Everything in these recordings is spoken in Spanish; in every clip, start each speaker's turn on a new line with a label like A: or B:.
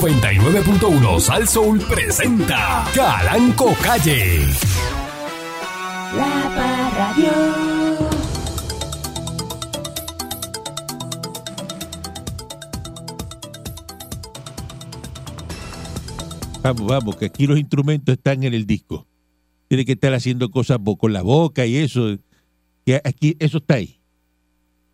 A: 99.1 Sal Soul presenta Calanco Calle.
B: La Parradio.
C: Vamos, vamos, que aquí los instrumentos están en el disco. Tiene que estar haciendo cosas bo- con la boca y eso. Que aquí, eso está ahí.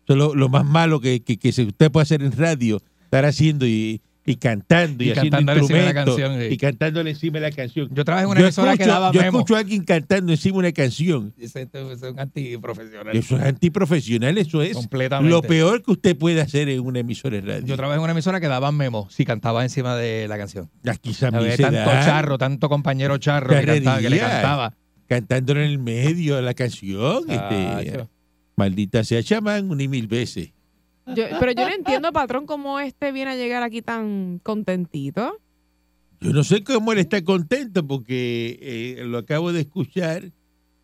C: Eso es lo, lo más malo que, que, que se- usted puede hacer en radio, estar haciendo y, y cantando y,
D: Y
C: haciendo
D: cantándole encima de la
C: instrumentos
D: canción, sí.
C: y cantándole encima de la canción.
D: Yo trabajé en una emisora que daba
C: yo
D: memo.
C: escucho a alguien cantando encima de una canción.
D: Ese- este es un antiprofesional.
C: Eso es antiprofesional, eso es
D: Completamente.
C: lo peor que usted puede hacer en una emisora de radio.
D: Yo trabajé en una emisora que daban memos si cantaba encima de la canción.
C: Aquí se
D: Había tanto charro, tanto compañero charro que,
C: Charrería.
D: cantaba, que le cantaba.
C: cantando en el medio de la canción. este,
D: Chacho.
C: maldita sea, chamán una y mil veces.
E: Yo- pero yo no entiendo, patrón, cómo este viene a llegar aquí tan contentito.
C: Yo no sé cómo él está contento porque eh, lo acabo de escuchar.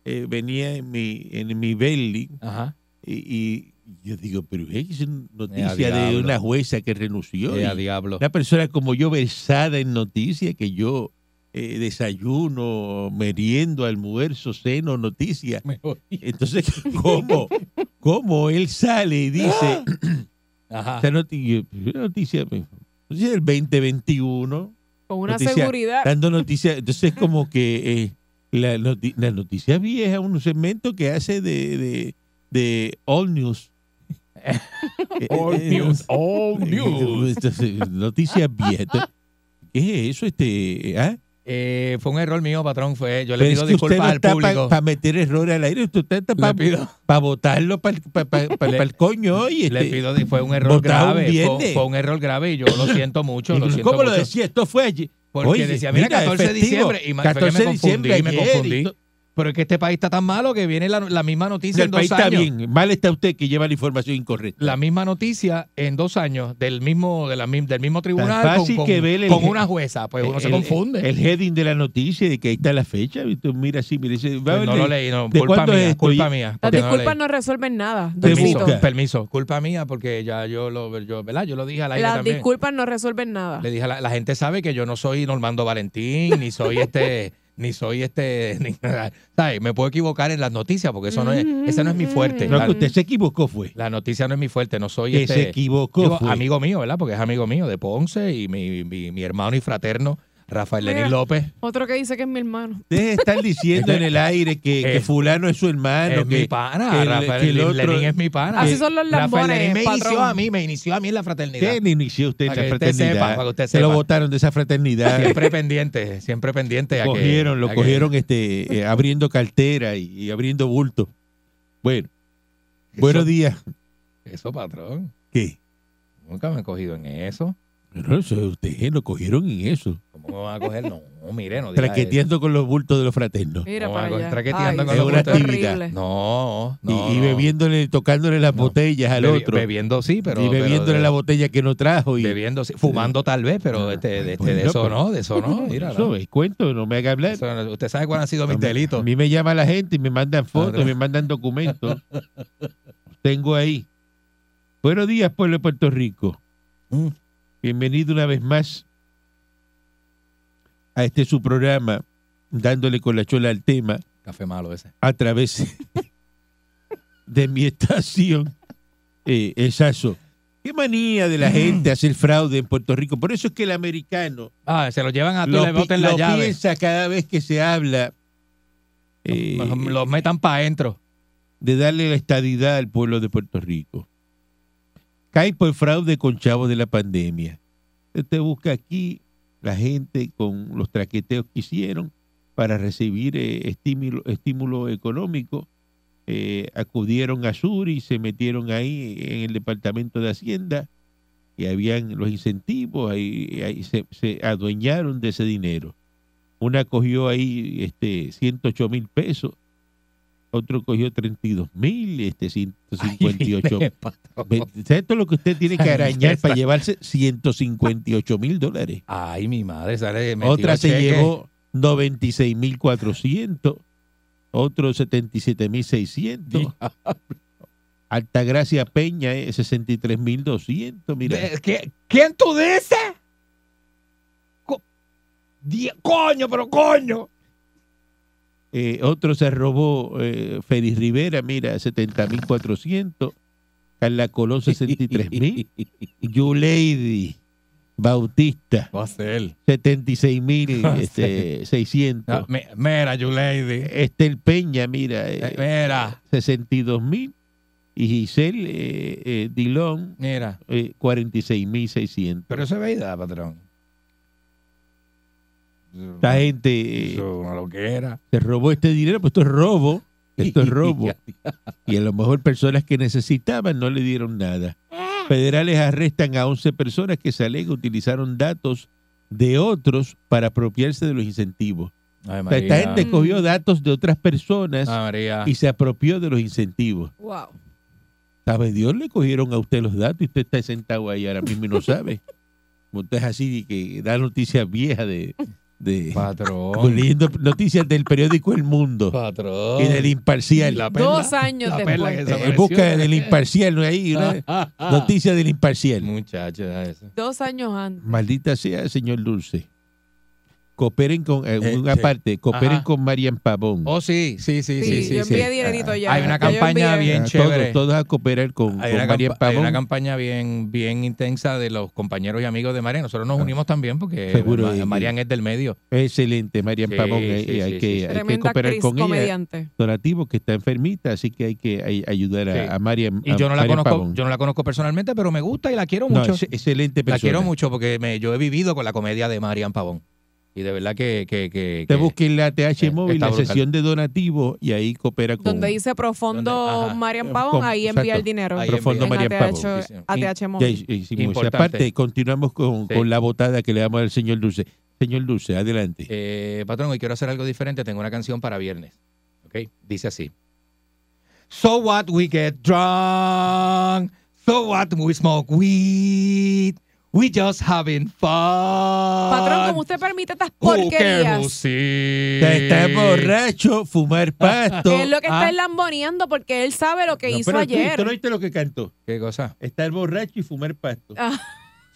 C: eh, venía en mi, en mi belly
D: Ajá.
C: y, y yo digo, pero es una
D: Eh, a
C: noticia de
D: diablo.
C: una jueza que renunció.
D: Eh, a
C: y
D: diablo.
C: una persona como yo versada en noticias, que yo eh, desayuno, meriendo, almuerzo, seno, noticias.
D: Me voy.
C: Entonces, ¿cómo? ¿Cómo él sale y dice,
D: Ajá.
C: esta noticia, noticia, pues, noticia del 2021,
E: Con una
C: Noticia
E: seguridad.
C: dando noticias, entonces como que eh, la, noti- la noticia vieja, un segmento que hace de, de, de All News. Eh,
D: All
C: eh,
D: news, all
C: eh,
D: news.
C: entonces, noticias viejas. Entonces, ¿Qué es eso? Este, ah?
D: Eh, fue un error mío, patrón. Fue, yo le
C: Pero es
D: pido
C: que usted
D: disculpas
C: no
D: al
C: está para
D: público.
C: meter error al aire, usted está
D: le
C: para
D: pido,
C: votarlo para
D: Le-
C: el coño. oye,
D: le
C: este.
D: pido, di- fue un error
C: Votado un
D: grave. Fue,
C: viernes.
D: fue un error grave y yo lo siento mucho. lo
C: Incluso,
D: siento
C: ¿Cómo lo
D: mucho.
C: decía? Esto fue allí.
D: Porque
C: Oye,
D: decía, mira,
C: mira,
D: 14 de
C: efectivo,
D: diciembre. Y ma- fue que
C: 14 de
D: me confundí,
C: diciembre,
D: me
C: ayer,
D: confundí.
C: y to-
D: Pero es que este país está tan malo que viene la, la misma noticia
C: El
D: en dos
C: país
D: años.
C: está bien. Mal está usted que lleva la información incorrecta.
D: La misma noticia en dos años del mismo, de la, mi- del mismo tribunal
C: fácil
D: con, con-
C: que ver el-
D: con una jueza. Pues uno se
C: El-
D: confunde.
C: El, heading de la noticia, de que ahí está la fecha. y tú mira así, mira, dice, va a
D: Pues no
C: ver-
D: lo leí, no,
C: ¿de
D: culpa
C: cuándo es
D: mía,
C: esto?
D: culpa
C: Y-
D: mía.
E: Las
D: porque no lo
E: disculpas
D: leí.
E: no, resuelven nada.
C: Te
E: Diosito.
C: busca.
D: Permiso, permiso, culpa mía porque ya yo lo, yo, ¿verdad? Yo lo dije al aire
E: Las
D: también.
E: disculpas no resuelven nada.
D: Le dije a la, la gente sabe que yo no soy Normando Valentín, ni soy este, ni soy este, ni- ¿sabes? Me puedo equivocar en las noticias porque eso no es, ese no es mi fuerte.
C: Mm. No,
D: la,
C: que usted se equivocó fue.
D: la noticia no es mi fuerte, no soy
C: Que
D: este.
C: se equivocó
D: digo,
C: fue.
D: amigo mío, ¿verdad? Porque es amigo mío de Ponce y mi, mi- mi hermano y fraterno Rafael
E: Mira.
D: Lenín López.
E: Otro que dice que es mi hermano.
C: Deje de estar diciendo en el aire que, que
D: Es-
C: fulano es su hermano.
D: es
C: Ah, que,
D: mi pana,
C: que el-
D: Rafael
C: que el
D: Lenín-
C: otro-
D: Lenín es mi pana.
E: Así
D: Eh,
E: son los
D: Rafael
E: lambones,
D: Lenín me
E: patrón.
D: inició a mí, me inició a mí en la fraternidad.
C: ¿Quién inició usted en
D: Para
C: la
D: que usted
C: fraternidad?
D: sepa, para que usted
C: Se lo
D: sepa.
C: votaron de esa fraternidad.
D: Siempre pendiente, siempre pendiente. a que-
C: cogieron,
D: a
C: lo
D: que-
C: cogieron este, eh, abriendo cartera y, y abriendo bulto. Bueno, buenos
D: Eso-
C: días.
D: Eso, patrón.
C: ¿Qué?
D: Nunca me han cogido en eso.
C: No, eso es ustedes lo cogieron en eso.
D: ¿Cómo me van a coger? No, mire, no diga eso.
C: Traqueteando con los bultos de los fraternos.
E: Mira
D: No,
E: para
D: algo
E: allá.
D: traqueteando
E: Ay,
D: con
E: sí,
C: la
E: qué
C: actividad.
E: horrible.
D: No,
C: Y-
D: no.
C: y,
D: no.
C: bebiéndole, tocándole las
D: No.
C: botellas al
D: Bebi-
C: otro.
D: Bebiendo sí, pero.
C: y bebiéndole
D: pero-
C: la botella que no trajo. Y,
D: Bebiendo sí. Fumando tal vez, pero este, de, este, de
C: Bueno,
D: eso
C: pero-
D: no, de eso no. Mira,
C: eso,
D: no.
C: es cuento, no me haga hablar.
D: Eso no- usted sabe cuáles han sido
C: No
D: mis
C: me-
D: delitos.
C: A mí me llama la gente y me mandan fotos,
D: Ahora.
C: me mandan documentos. Los Tengo ahí. Buenos días, pueblo de Puerto Rico.
D: Mm.
C: Bienvenido una vez más a este su programa, dándole con la chola al tema
D: Café malo ese.
C: a través de mi estación. Eh, exacto. Qué manía de la gente hacer fraude en Puerto Rico. Por eso es que el americano
D: Ah, se lo llevan a tú y
C: lo,
D: le
C: pi-
D: boten la
C: lo
D: llave.
C: piensa cada vez que se habla eh,
D: Los, los metan para adentro.
C: de darle la estadidad al pueblo de Puerto Rico. Cae por fraude con chavos de la pandemia. Usted busca aquí la gente con los traqueteos que hicieron para recibir eh, estímulo, estímulo económico. Eh, acudieron a Sur y se metieron ahí en el Departamento de Hacienda y habían los incentivos, ahí, ahí se, se adueñaron de ese dinero. Una cogió ahí este, 108 mil pesos, otro cogió 32 mil, este, 158
D: Ay, patrón.
C: Ve- ¿Sabe todo lo que usted tiene que arañar para llevarse 158 mil dólares?
D: Ay, mi madre, sale. metió
C: Otra se
D: cheque.
C: llevó 96 mil 400, otro 77 mil 600. Altagracia eh, Peña, 63 mil 200, mira.
D: ¿Qué- ¿Quién tú dices? Die- ¡Coño, pero coño!
C: Eh, otro se robó eh, Félix Rivera, mira, 70.400. Carla Colón, 63.000. Yulady Bautista,
D: Va a ser.
C: 76.600. Este, 600.
D: Mira, you lady.
C: Estel Peña, mira, eh,
D: Eh, Mira,
C: 62.000. Y Giselle eh, eh, Dilón,
D: mira.
C: eh, 46.600.
D: Pero eso es verdad, patrón.
C: Esta
D: Ah,
C: gente eh,
D: Eso es una loquera.
C: se robó este dinero, pues esto es robo. Esto es robo. Y a lo mejor personas que necesitaban no le dieron nada. Federales arrestan a 11 personas que se alega utilizaron datos de otros para apropiarse de los incentivos.
D: Ay,
C: O sea,
D: María.
C: esta gente cogió datos de otras personas
D: Ay, María.
C: y se apropió de los incentivos.
E: Wow.
C: ¿Sabe Dios? Le cogieron a usted los datos y usted está sentado ahí ahora mismo y no sabe. Como Usted es así que da noticias viejas de... de
D: Patrón.
C: leyendo noticias del periódico El Mundo
D: Patrón.
C: y del Imparcial.
D: La perla.
E: Dos años
D: La perla que
E: después.
D: se-
C: Eh, en busca del imparcial, ¿no? Ahí,
D: Ah,
C: una noticia del imparcial.
D: Muchacho, deja eso.
E: Dos años antes.
C: Maldita sea, señor Dulce. Cooperen con, eh,
D: Eh,
C: una
D: sí.
C: parte, cooperen
D: Ajá.
C: con Marian Pavón.
D: Oh, sí, sí, sí, sí.
E: Sí,
D: sí,
E: yo
D: sí. Ah,
E: envié dinerito ya.
D: Hay una
E: Ya yo
D: campaña
E: envié.
C: Ah,
D: bien
C: todos,
D: chévere.
C: Todos a cooperar con,
D: Hay
C: con
D: una,
C: Marian
D: campa- hay una
C: Pavón.
D: campaña bien, bien intensa de los compañeros y amigos de Marian. Nosotros nos
C: Ah.
D: unimos también porque
C: Seguro,
D: Ma-
C: y-
D: Marian es del medio.
C: Excelente, Marian
D: Sí,
C: Pavón.
D: sí,
C: eh,
D: sí,
C: hay,
D: sí,
C: que,
D: sí.
C: hay que
E: Tremenda
C: cooperar
E: actriz,
C: con ella.
E: comediante.
C: Donativo, que está enfermita, así que hay que ay- ayudar a,
D: Sí.
C: a Marian.
D: Y
C: a
D: yo no la
C: Marian
D: conozco,
C: Ah, Pavón.
D: yo no la conozco personalmente, pero me gusta y la quiero
C: No,
D: mucho.
C: es- excelente
D: la
C: persona.
D: quiero mucho porque me- yo he vivido con la comedia de Marian Pavón. Y de verdad que, que, que-
C: Te
D: que-
C: busquen la TH
D: Eh,
C: Móvil,
D: está
C: la
D: brutal.
C: sesión de donativo, y ahí coopera con.
E: Donde dice profundo
D: Donde- ajá.
E: Marian
C: Con-
E: Pavón, ahí envía
C: exacto.
E: el dinero.
D: Ahí
C: Profundo
E: En
D: envía.
C: Marian
E: ATH,
C: Pavón.
D: sí.
E: ATH
C: Ya eh,
E: móvil.
C: hicimos esa
D: Importante.
C: parte. Continuamos con,
D: Sí.
C: con la botada que le damos al señor Dulce. Señor Dulce, adelante.
D: Eh, patrón, hoy quiero hacer algo diferente. Tengo una canción para viernes. ¿Ok? Dice así. So what we get drunk. So what we smoke weed. We just having fun.
C: Ah,
E: Patrón, como usted permite estas
C: oh,
E: porquerías.
C: Está- Está borracho, fumar pasto. Ah,
E: Que es lo que
D: Ah.
E: está él lamboneando porque él sabe lo que
C: No,
E: hizo
C: pero tú-
E: ayer.
C: tú no oíste lo que cantó.
D: ¿Qué cosa?
C: Estar borracho y fumar pasto.
E: Ah,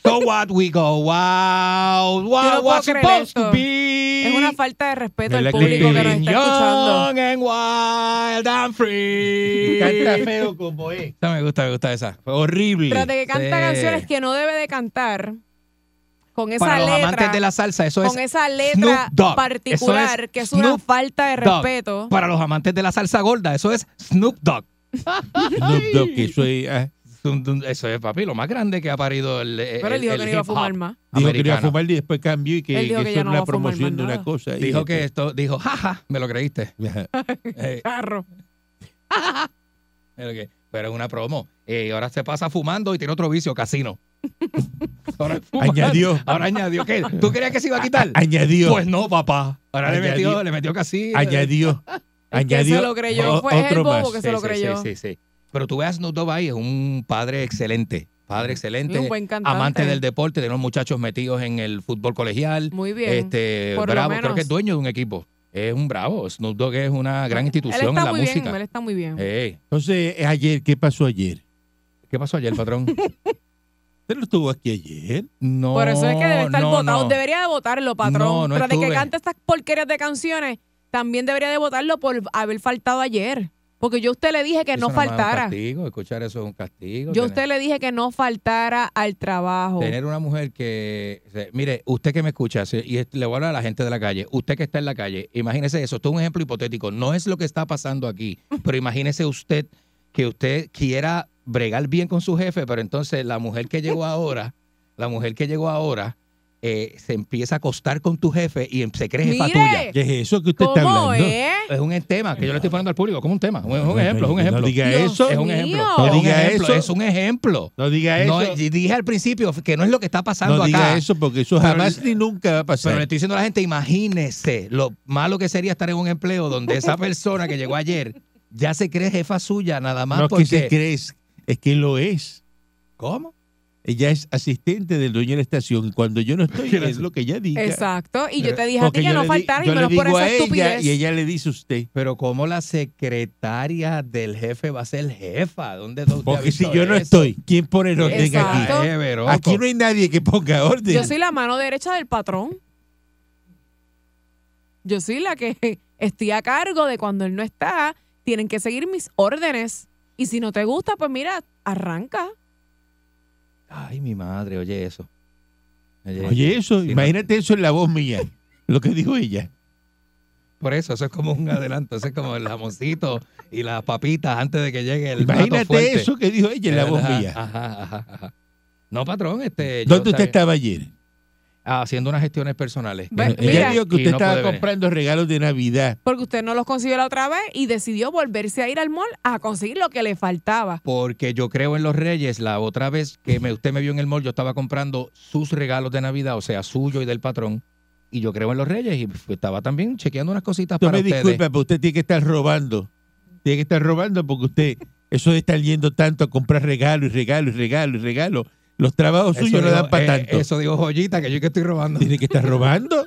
D: So what we go out.
E: Yo
D: What
E: no
D: was
E: puedo
D: supposed
E: creer esto.
D: to be.
E: es una falta de respeto al
C: ¿Verdad que
E: público
C: sí?
E: que nos está escuchando.
D: Young and wild and free.
C: Canta feo como es.
D: Esa me gusta, me gusta esa.
C: Fue Horrible.
E: Tras de que canta
D: Sí.
E: canciones que no debe de cantar, con esa
D: Para los
E: letra,
D: amantes de la salsa, eso es
E: con esa letra
D: Snoop Dogg.
E: particular,
D: Eso es
E: que es una
D: Snoop
E: falta de
D: Dogg.
E: respeto.
D: Para los amantes de la salsa gorda, eso es Snoop Dogg.
C: Snoop Dogg, que eso es, ah,
D: Dun, dun, Eso es, papi, lo más grande que ha parido el. el
E: Pero él dijo
D: Eh, el
E: que no iba a
D: hip hop
E: fumar más.
C: dijo que no iba a
D: americano.
C: fumar y después cambió y que,
E: Él dijo
C: que
E: que
C: eso
E: ya
C: era
E: no
C: una
E: va a fumar más
C: promoción de una
E: nada.
C: cosa. y
D: Dijo que
C: después-
D: esto, dijo, jaja, me lo creíste.
C: Ajá.
D: Eh,
E: Carro.
D: pero que- pero es una promo. Eh, y ahora se pasa fumando y tiene otro vicio, casino. Ahora es fumar.
C: Añadió.
D: Ahora añadió que. ¿Tú creías que se iba
C: Ah,
D: a quitar?
C: Añadió.
D: Pues no, papá. Ahora le
C: Añadió.
D: metió, le metió eh, casino.
C: añadió.
E: Que
C: añadió.
E: se lo creyó.
C: o-
E: Fue, es el
C: otro
E: bobo
C: más.
E: que
D: Sí,
E: se lo
D: sí,
E: creyó.
D: Sí, sí, sí. Pero tú veas Snoop Dogg ahí, es un padre excelente. Padre excelente.
E: un buen cantante.
D: amante del deporte, de los muchachos metidos en el fútbol colegial.
E: Muy bien.
D: Este,
E: por lo
D: bravo, creo
E: menos.
D: que es dueño de un equipo. Es un bravo. Snoop Dogg es una gran
E: él
D: institución
E: está
D: en la
E: muy
D: música.
E: bien, él está muy bien.
D: Ey,
C: Entonces, eh, ayer, ¿qué pasó ayer?
D: ¿Qué pasó ayer, patrón?
C: Usted no estuvo aquí ayer.
D: No.
E: por eso es que debe estar
D: no,
E: votado.
D: no.
E: Debería de votarlo, patrón.
D: No, no
E: Tras de que
D: estuve.
E: cante estas porquerías de canciones, también debería de votarlo por haber faltado ayer. Porque yo a usted le dije que
D: Eso
E: no
D: nada más es
E: faltara.
D: Un castigo, escuchar eso es un castigo.
E: Yo a
D: Tener-
E: usted le dije que no faltara al trabajo.
D: Tener una mujer que. o sea, Mire, usted que me escucha, sí, y es- le voy a hablar a la gente de la calle, usted que está en la calle, imagínese eso, esto es un ejemplo hipotético, no es lo que está pasando aquí, pero imagínese usted que usted quiera bregar bien con su jefe, pero entonces la mujer que llegó ahora, la mujer que llegó ahora, eh, se empieza a acostar con tu jefe y em- se cree jefa
E: Mire, ¿eh?
D: tuya.
C: ¿Qué es eso que usted está
E: ¿Cómo
C: hablando?
E: es?
D: Es un e-, tema que yo le estoy poniendo al público, como un tema, es un
C: No,
D: ejemplo, es un
C: no,
D: ejemplo.
C: No diga
E: Dios.
C: eso.
D: Es un
E: mío.
D: ejemplo,
E: No
D: es un
C: diga
D: ejemplo,
C: eso.
D: es un ejemplo.
C: No diga eso.
D: No, y dije al principio que no es lo que está pasando
C: No,
D: acá.
C: diga eso porque eso
D: Pero-
C: jamás ni nunca va a
D: Pero le
C: pasar.
D: estoy diciendo a la gente, imagínese lo malo que sería estar en un empleo donde esa persona que llegó ayer ya se cree jefa suya nada más
C: no es
D: porque...
C: que se crees, es que lo es.
D: ¿Cómo?
C: Ella es asistente del dueño de la estación. y Cuando yo no estoy, es lo que ella diga.
E: Exacto. Y yo te dije a
C: Porque
E: ti que
C: yo
E: no
C: le di-
E: faltara, y
C: yo le
E: menos por
C: digo
E: esa
C: a ella
E: estupidez.
C: Y ella le dice a usted.
D: Pero ¿cómo la secretaria del jefe va a ser jefa? ¿Dónde dónde ha
C: Porque si
D: visto
C: yo no
D: eso?
C: estoy, ¿quién pone el orden
E: Exacto.
C: aquí?
D: Ah, eh, Veroco.
C: Aquí no hay nadie que ponga orden.
E: Yo soy la mano derecha del patrón. Yo soy la que estoy a cargo de cuando él no está. Tienen que seguir mis órdenes. Y si no te gusta, pues mira, arranca.
D: Ay, mi madre, oye eso.
C: Oye, eso,
D: Sí, no.
C: imagínate eso en la voz mía, lo que dijo ella.
D: Por eso, eso es como un adelanto, eso es como el jamoncito y las papitas antes de que llegue el plato
C: Imagínate
D: fuerte.
C: eso que dijo ella en la voz
D: Ajá,
C: mía.
D: ajá, ajá, ajá. No, patrón, este, yo
C: ¿Dónde usted estaba
D: estaba
C: ayer?
D: haciendo unas gestiones personales.
E: Ve-
D: Eh,
E: Pues, mira.
C: Ella dijo que
D: y
C: usted
D: no
C: estaba
D: puede venir.
C: comprando regalos de Navidad.
E: Porque usted no los consiguió la otra vez y decidió volverse a ir al mall a conseguir lo que le faltaba.
D: Porque yo creo en los Reyes. La otra vez que me, usted me vio en el mall, yo estaba comprando sus regalos de Navidad, o sea, suyo y del patrón. Y yo creo en los Reyes y pues, estaba también chequeando unas cositas
C: Usted
D: para
C: me
D: ustedes.
C: disculpa, pero usted tiene que estar robando. Tiene que estar robando porque usted, eso de estar yendo tanto a comprar regalos y regalos y regalos y regalos, los trabajos
D: Eso
C: suyos no
D: digo,
C: dan para
D: eh,
C: tanto.
D: Eso digo joyita, que yo que estoy robando.
C: Tiene que estar robando.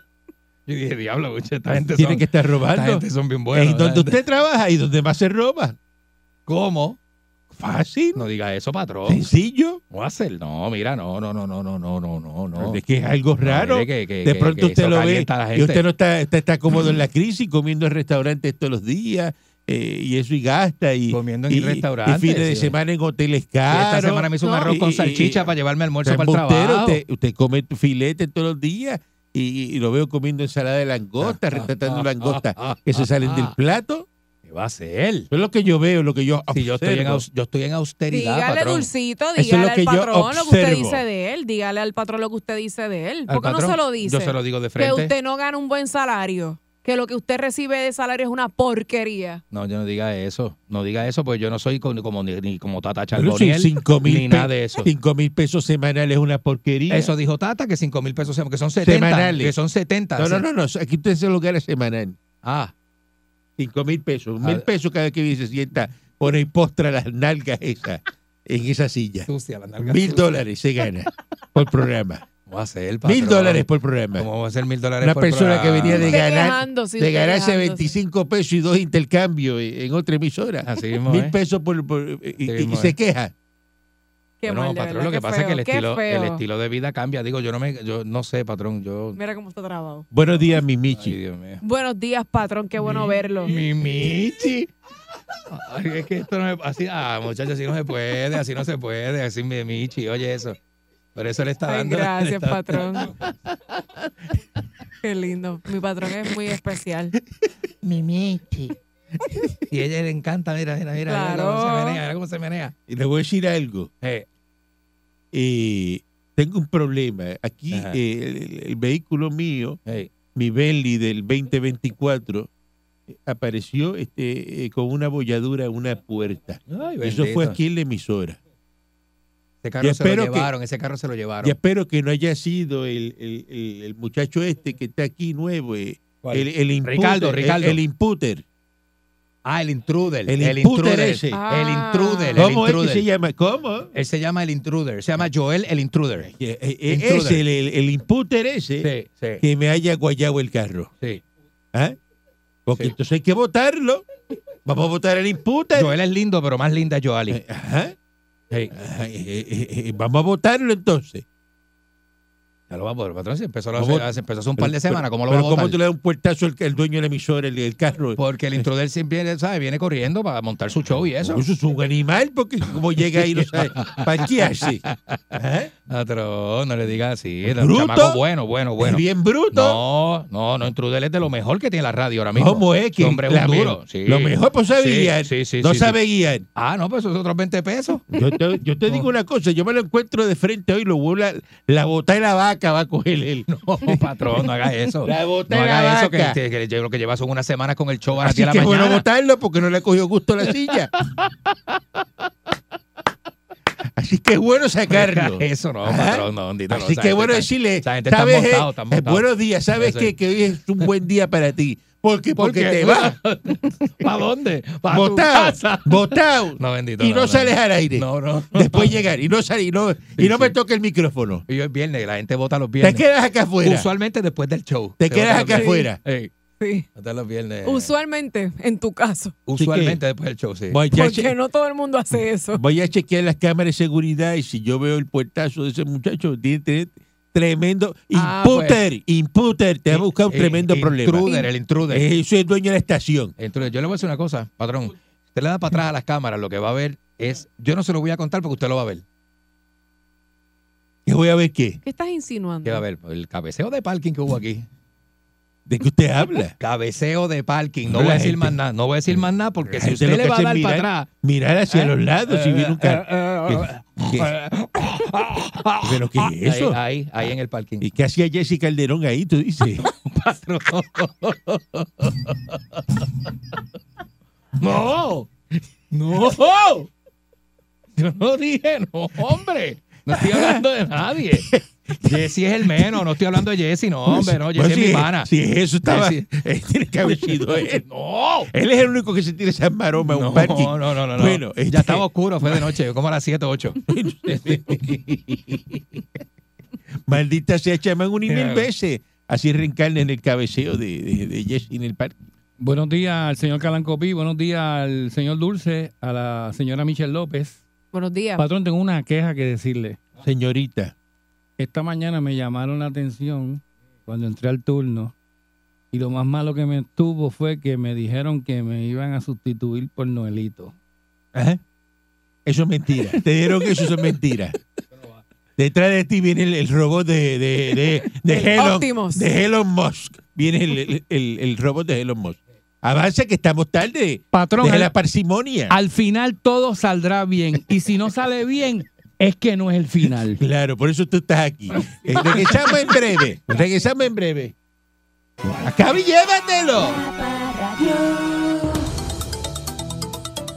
D: Yo dije, diablo, mucha, esta gente
C: tiene
D: son,
C: que estar
D: esta
C: robando.
D: gente son bien
C: Es
D: buenos. esta
C: donde
D: gente-
C: usted trabaja y donde más se roba.
D: ¿Cómo?
C: Fácil,
D: No diga eso, patrón.
C: sencillo.
D: No va a ser. No, mira, no, no, no, no, no, no, no, no, no.
C: Es que es algo raro.
D: mire que- que-
C: de
D: que-
C: pronto
D: que
C: usted
D: eso
C: lo ve
D: calienta a la
C: y usted
D: gente.
C: no está, está, está cómodo en la crisis comiendo en restaurantes todos los días eh, y eso y gasta y
D: Comiendo en
C: y-
D: restaurantes,
C: y fines de
D: sí.
C: semana en hoteles
D: Sí,
C: caros.
D: Esta semana me hizo un
C: ¿no?
D: arroz
C: Y-
D: con
C: y-
D: salchicha
C: y-
D: para llevarme almuerzo
C: o sea,
D: para el
C: embustero,
D: trabajo.
C: Usted, usted come filete todos los días y, y lo veo comiendo ensalada de langosta, retratando langosta que se salen del plato.
D: Ah, ¿Qué va a ser?
C: Eso es lo que yo veo, lo que yo
D: Si yo estoy, en,
C: Ah, observo.
D: aus- yo estoy en austeridad,
E: Dígale
D: patrón.
E: dulcito,
C: Eso es
E: dígale
C: lo que yo
E: al patrón lo que usted
C: observo.
E: dice de él, dígale al patrón lo que usted dice de él.
D: Al
E: ¿Por qué no
D: patrón,
E: se lo dice?
D: Yo se lo digo de
E: que
D: frente.
E: usted no gana un buen salario, que lo que usted recibe de salario es una porquería.
D: No, yo no diga eso. No diga eso, pues yo no soy con- como, ni, ni como Tata
C: Pero si
D: Charboniel,
C: cinco mil
D: ni nada
C: pe-
D: de eso.
C: cinco mil pesos semanales es una porquería.
D: Eso dijo Tata, que 5 mil pesos, que son 70.
C: Semanales.
D: Que son 70.
C: no, no,
D: sí.
C: no, no, aquí usted se lo gana semanal.
D: Ah,
C: Cinco mil pesos.
D: A
C: Mil
D: ver.
C: pesos cada vez que viene y se sienta, pone y postra las nalgas esas en esa silla.
D: sucia la nalga.
C: Mil dólares se gana por programa.
D: ¿Cómo va a ser, patrón?
C: Mil dólares por programa.
D: ¿Cómo va a ser mil dólares
C: Una
D: por
C: persona que venía de
E: Usted
C: ganar,
E: quejándose,
C: de
E: usted
C: ganarse
E: quejándose.
C: 25 pesos y dos intercambios en en otra emisora.
D: Así mismo,
C: Mil
D: ¿eh?
C: pesos por, por- y,
D: Así
C: y-
D: mismo
C: y se
D: es.
C: queja.
E: Qué
D: bueno,
E: mal, de
D: patrón,
E: verdad,
D: lo que
E: qué
D: pasa es que el
E: feo, qué
D: estilo, el
E: feo.
D: estilo de vida cambia. Digo, yo no me, yo no sé, patrón, yo.
E: Mira cómo está trabado.
C: Buenos días, mi
D: Ay,
C: Michi.
D: Dios mío.
E: Buenos días, patrón, qué bueno verlo.
D: Mi Michi. Ay, es que esto no me, así, ah, muchachos, así no se puede, así no se puede, así mi Michi, oye eso. Por eso le está
E: Ay,
D: dando.
E: gracias, patrón. Qué lindo. Mi patrón es muy especial.
D: Mi Michi. Y a ella le encanta, mira, mira, mira, mira cómo
E: Claro.
D: se menea, mira cómo se menea.
C: Y le voy a decir algo.
D: Eh,
C: Eh, tengo un problema. Aquí
D: Ajá.
C: eh, el- el- el vehículo mío
D: eh,
C: mi Bentley del 2024 eh, apareció este, eh, con una bolladura en una puerta.
D: Ay,
C: Y Eso
D: bendito.
C: fue aquí en la emisora.
D: Ese
C: Yo
D: carro se lo
C: espero que-
D: llevaron, ese carro se lo
C: Y
D: llevaron.
C: espero que no haya sido el, el- el- el muchacho este que está aquí nuevo, eh,
D: ¿Cuál?
C: el, el imputer,
D: Ricardo,
C: el-
D: Ricardo.
C: El, imputer.
D: Ah, el intruder.
C: El intruder
D: intruder.
C: ese.
D: El
E: Ah.
D: intruder. El
C: ¿Cómo es que
D: intruder.
C: se llama? ¿Cómo?
D: Él se llama el intruder. Se llama Joel el intruder.
C: Eh, eh, eh,
D: Intruder.
C: ese, el, el- el imputer ese
D: Sí, sí,
C: que me haya guayado el carro.
D: sí.
C: ¿ah? Porque
D: Sí.
C: entonces hay que votarlo. Vamos a votar al imputer.
D: Joel es lindo, pero más linda es Joali.
C: Eh, ajá.
D: Sí.
C: Ajá, eh, eh, eh, vamos a votarlo entonces.
D: Ya lo va a poder, patrón. Se empezó, a
C: ¿Cómo?
D: hacer- se empezó hace un par
C: Pero-
D: de
C: pero-
D: semanas. ¿Cómo lo va a
C: pero
D: votar?
C: ¿Cómo tú le das un puertazo al al dueño de la emisora, el, el carro?
D: Porque el intruder siempre ¿sabes? viene corriendo para montar su show y eso.
C: Eso es un animal, porque como llega ahí, no sabe parquearse. Ajá.
D: Patrón, Ah, no le digas así. El
C: Bruto.
D: chamaco bueno, bueno, bueno.
C: Es bien bruto.
D: No, no, no, intruder es de lo mejor que tiene la radio ahora mismo.
C: ¿Cómo es que
D: Ese hombre es un
C: la
D: duro,
C: me-
D: sí.
C: lo mejor pues sabe
D: Sí,
C: guiar?
D: sí, sí,
C: no
D: sí,
C: sabe guiar.
D: Ah, no, pues esos otros 20 pesos.
C: Yo te, yo te digo una cosa, yo me lo encuentro de frente hoy, lo voy a- la bota de la vaca va a coger él.
D: No, patrón, no hagas eso.
C: La
D: No
C: bota de la
D: hagas eso, que, este,
C: vaca.
D: que- que lo que llevas son unas semanas con el show a las
C: Así
D: 10
C: que
D: de la
C: bueno
D: mañana.
C: votarlo porque no le cogió gusto la silla. Así que es bueno sacarlo.
D: Eso no,
C: Ajá.
D: patrón, no, Dito, no, este
C: Así
D: esa
C: que
D: gente
C: bueno
D: está-
C: decirle,
D: esa gente está
C: ¿sabes,
D: montado,
C: eh?
D: está montado.
C: buenos días, sabes
D: Eso
C: que,
D: es.
C: que hoy es un buen día para ti. ¿Por qué? Porque te vas
D: ¿Para dónde? ¿Para tu
C: votado,
D: casa?
C: votado,
D: No, bendito.
C: y no,
D: no
C: sales al aire.
D: No, no.
C: Después llegar y no sale, y no, y no
D: sí.
C: me toque el micrófono.
D: Y hoy es viernes, la gente vota los
C: Te
D: viernes.
C: quedas acá afuera.
D: Usualmente después del show.
C: Te
D: Se
C: quedas
D: vota los
C: acá
D: viernes.
C: afuera.
D: Ey,
E: Sí.
D: votan los viernes.
E: Usualmente, en tu caso.
D: Usualmente después del show, sí.
C: Voy a,
E: Porque
C: che-
E: no todo el mundo hace eso.
C: voy a chequear las cámaras de seguridad y si yo veo el puertazo de ese muchacho, tiene, tiene- Tremendo.
D: Ah,
C: Imputer, imputer. Te ha buscado un
D: Eh,
C: tremendo problema. Eh,
D: Intruder, el intruder.
C: Eso es dueño de la estación.
D: Entonces, yo le voy a decir una cosa, patrón. Usted le da para atrás a las cámaras, lo que va a ver es. Yo no se lo voy a contar porque usted lo va a ver.
C: Que voy a ver qué.
E: ¿Qué estás insinuando?
D: ¿Qué va a ver? El cabeceo de parking que hubo aquí.
C: ¿De qué usted habla?
D: Cabeceo de parking. No
C: La
D: voy a decir
C: gente- Mm.
D: más nada. No voy a decir más nada
C: La
D: porque si
C: gente
D: usted
C: lo
D: le
C: que
D: va a
C: hace
D: dar
C: es
D: para atrás. Eh,
C: Mirar hacia los lados si viene un carro. ¿Qué-
D: eh,
C: ¿Pero qué es eso?
D: Ahí, ahí, ahí en el parking.
C: ¿Y qué hacía Jesse Calderón ahí? Tú dices.
D: Patrón. no, no. Yo no dije, no, hombre. No estoy hablando de nadie. Jesse es el menos, no estoy hablando de Jesse, no,
C: Pues
D: hombre, no, Jesse
C: Bueno,
D: es mi pana.
C: Si eso estaba.
D: Jesse-
C: Tiene que haber sido él.
D: No.
C: Él es el único que se tira esa maroma en
D: No,
C: un parking.
D: no, no, no, no.
C: Bueno, este-
D: ya estaba oscuro, fue de noche, como a las 7 o 8.
C: Maldita sea, chaman un y mil
F: Claro.
C: veces. Así reencarna en el cabeceo de, de, de Jesse en el parque.
F: Buenos días al señor Calancopí, buenos días al señor Dulce, a la señora Michelle López.
E: Buenos días.
F: Patrón, tengo una queja que decirle.
C: Señorita,
F: Esta mañana me llamaron la atención cuando entré al turno y lo más malo que me estuvo fue que me dijeron que me iban a sustituir por Noelito.
C: ajá, eso es mentira. Te dieron que eso es mentira. Detrás de ti viene el, el robot de, de, de, de
E: El
C: Elon,
E: Optimus.
C: de Elon Musk. Viene el, el- el- el robot de Elon Musk. Avanza que estamos tarde.
F: Patrón,
C: Deja
F: al,
C: la parsimonia.
F: al final todo saldrá bien y si no sale bien es que no es el final.
C: Claro, por eso tú estás aquí. Eh, regresamos en breve. Regresamos en breve. Acá y llévatelo.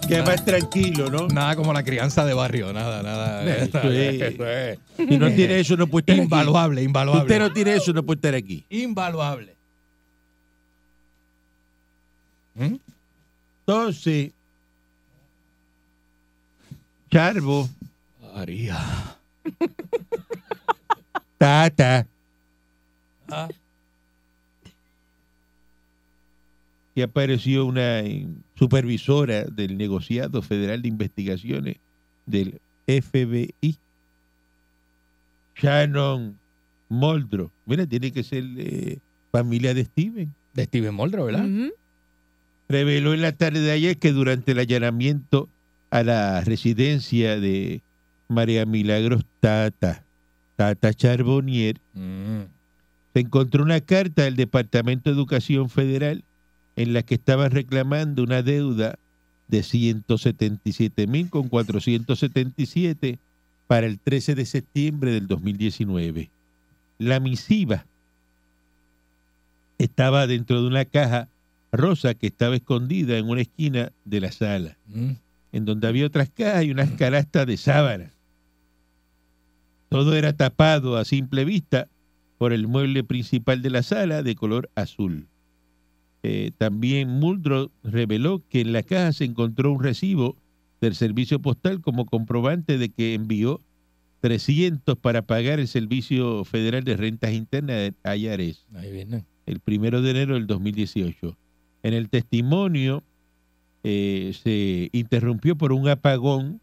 C: Que más tranquilo, ¿no?
D: Nada como la crianza de barrio, nada, nada.
C: Esto es-
D: Eso es
C: Si no tiene eso, no puede estar aquí.
D: Invaluable,
C: Si usted
D: invaluable.
C: no tiene eso, no puede estar aquí.
D: Invaluable.
C: Entonces, Charbo,
D: María.
C: Tata.
D: Ah.
C: Y apareció una eh, supervisora del negociado federal de investigaciones del FBI, Shannon Moldro. Mira, tiene que ser eh, familia de Steven.
D: De Steven Moldro, ¿verdad?
E: Ujú.
C: reveló en la tarde de ayer que durante el allanamiento a la residencia de María Milagros Tata, Tata Charbonnier,
D: Mm.
C: se encontró una carta del Departamento de Educación Federal en la que estaba reclamando una deuda de 177 mil con 477 para el 13 de septiembre del 2019. La misiva estaba dentro de una caja rosa que estaba escondida en una esquina de la sala
D: Mm.
C: en donde había otras cajas y unas canastas de sábanas. Todo era tapado a simple vista por el mueble principal de la sala de color azul. Eh, también Muldrow reveló que en la caja se encontró un recibo del servicio postal como comprobante de que envió 300 para pagar el Servicio Federal de Rentas Internas, IRS
D: Ahí viene.
C: el primero de enero del 2018. En el testimonio eh, se interrumpió por un apagón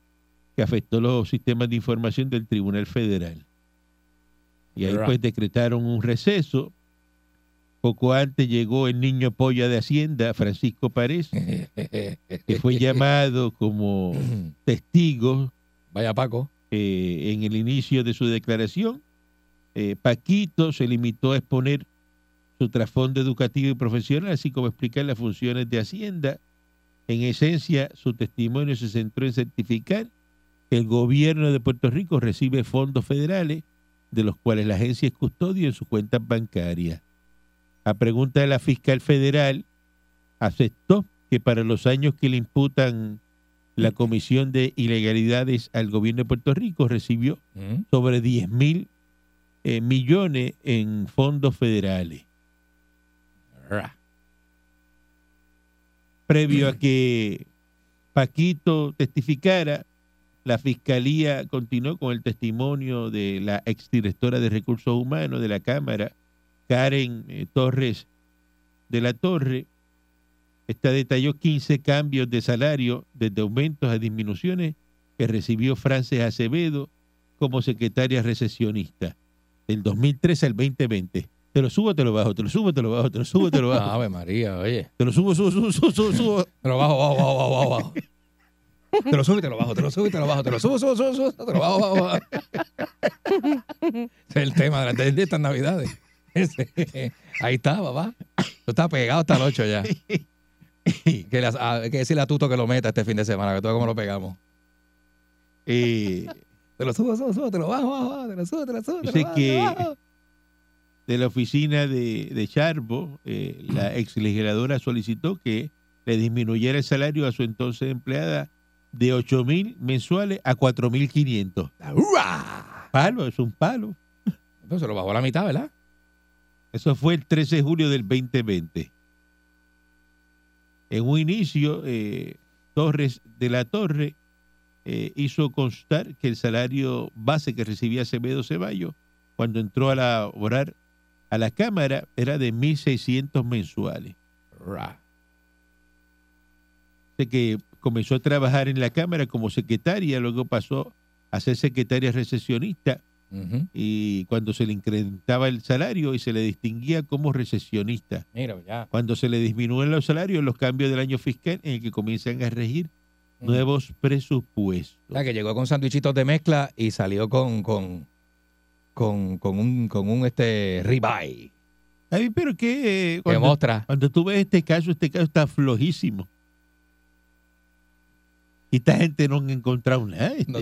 C: que afectó los sistemas de información del Tribunal Federal. Y ahí
D: Right.
C: pues decretaron un receso. Poco antes llegó el niño polla de Hacienda, Francisco Párez, que fue llamado como testigo
D: Vaya Paco.
C: eh, en el inicio de su declaración, eh, Paquito se limitó a exponer su trasfondo educativo y profesional, así como explicar las funciones de Hacienda. En esencia, su testimonio se centró en certificar que el gobierno de Puerto Rico recibe fondos federales, de los cuales la agencia es custodio en sus cuentas bancarias. A pregunta de la fiscal federal, aceptó que para los años que le imputan la Comisión de Ilegalidades al Gobierno de Puerto Rico recibió
D: Mm.
C: sobre 10 mil eh, millones en fondos federales.
D: Ra.
C: Previo a que Paquito testificara, la Fiscalía continuó con el testimonio de la exdirectora de Recursos Humanos de la Cámara, Karen eh, Torres de la Torre. Esta detalló 15 cambios de salario, desde aumentos a disminuciones, que recibió Frances Acevedo como secretaria recesionista. del 2013 al 2020. Te lo subo, te lo bajo, te lo subo, te lo bajo, te lo subo, te lo bajo.
D: Ave María, oye.
C: Te lo subo, subo, subo, subo, subo, subo.
D: Te lo bajo, bajo, bajo, bajo, bajo. Te lo subo y te lo bajo, te lo subo y te lo bajo, te lo subo, subo, subo, subo, te lo bajo, bajo, bajo. Ese es el tema de, las- de estas navidades. Ese- ahí está, papá. Tú estás pegado hasta el 8 ya. Que las- a- hay que decirle a Tuto que lo meta este fin de semana, que tú ves cómo lo pegamos.
C: Eh,
D: Te lo subo, subo, subo, te lo bajo, bajo, bajo, te lo subo, te lo subo, te
C: Yo
D: lo
C: sé
D: bajo,
C: que-
D: te lo bajo.
C: de la oficina de, de Charbo, eh, la exlegisladora solicitó que le disminuyera el salario a su entonces empleada de 8 mil mensuales a 4 mil 500.
D: ¡Hurra!
C: Palo, es un palo.
D: Entonces se lo bajó a la mitad, ¿verdad?
C: Eso fue el 13 de julio del 2020. En un inicio, eh, Torres de la Torre eh, hizo constar que el salario base que recibía Acevedo Ceballos cuando entró a laborar a la Cámara era de 1.600 mensuales.
D: ¡Hurra!
C: Dice que comenzó a trabajar en la Cámara como secretaria, luego pasó a ser secretaria recesionista
D: Ujú.
C: y cuando se le incrementaba el salario y se le distinguía como recesionista.
D: Mira, pues ya.
C: cuando se le disminuyen los salarios, los cambios del año fiscal en el que comienzan a regir
D: Mm.
C: nuevos presupuestos.
D: La que llegó con sandwichitos de mezcla y salió con, con, con, con un, con un este, ribeye.
C: Ay, pero que eh,
D: Que
C: cuando,
D: mostra.
C: cuando tú ves este caso, este caso está flojísimo. Y esta gente no ha encontrado nada. este.
D: No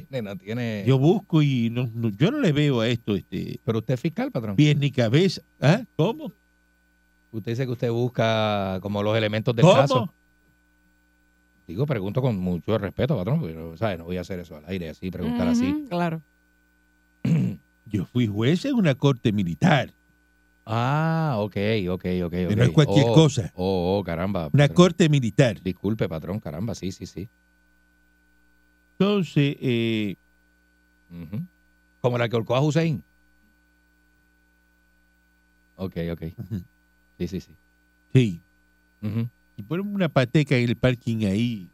D: tiene, no tiene.
C: Yo busco y no- no- yo no le veo a esto este,
D: pero usted es fiscal, patrón.
C: pies ni cabeza. ¿Ah? ¿Cómo?
D: Usted dice que usted busca como los elementos del
C: ¿Cómo?
D: caso. Digo, pregunto con mucho respeto, patrón, pero ¿sabe? no voy a hacer eso al aire así, preguntar así.
E: Ujú, Claro.
C: Yo fui juez en una corte militar.
D: Ah, ok, ok, ok.
C: Que no es
D: ok.
C: cualquier
D: Oh,
C: cosa.
D: Oh, oh, caramba.
C: Una
D: Pero-
C: corte militar.
D: Disculpe, patrón, caramba, sí, sí, sí.
C: Entonces, eh,
D: Ujú. Como la que holcó a Hussein. Ok, ok.
C: Ujú.
D: Sí, sí, sí.
C: sí.
D: Ujú.
C: Y ponemos una pateca en el parking ahí.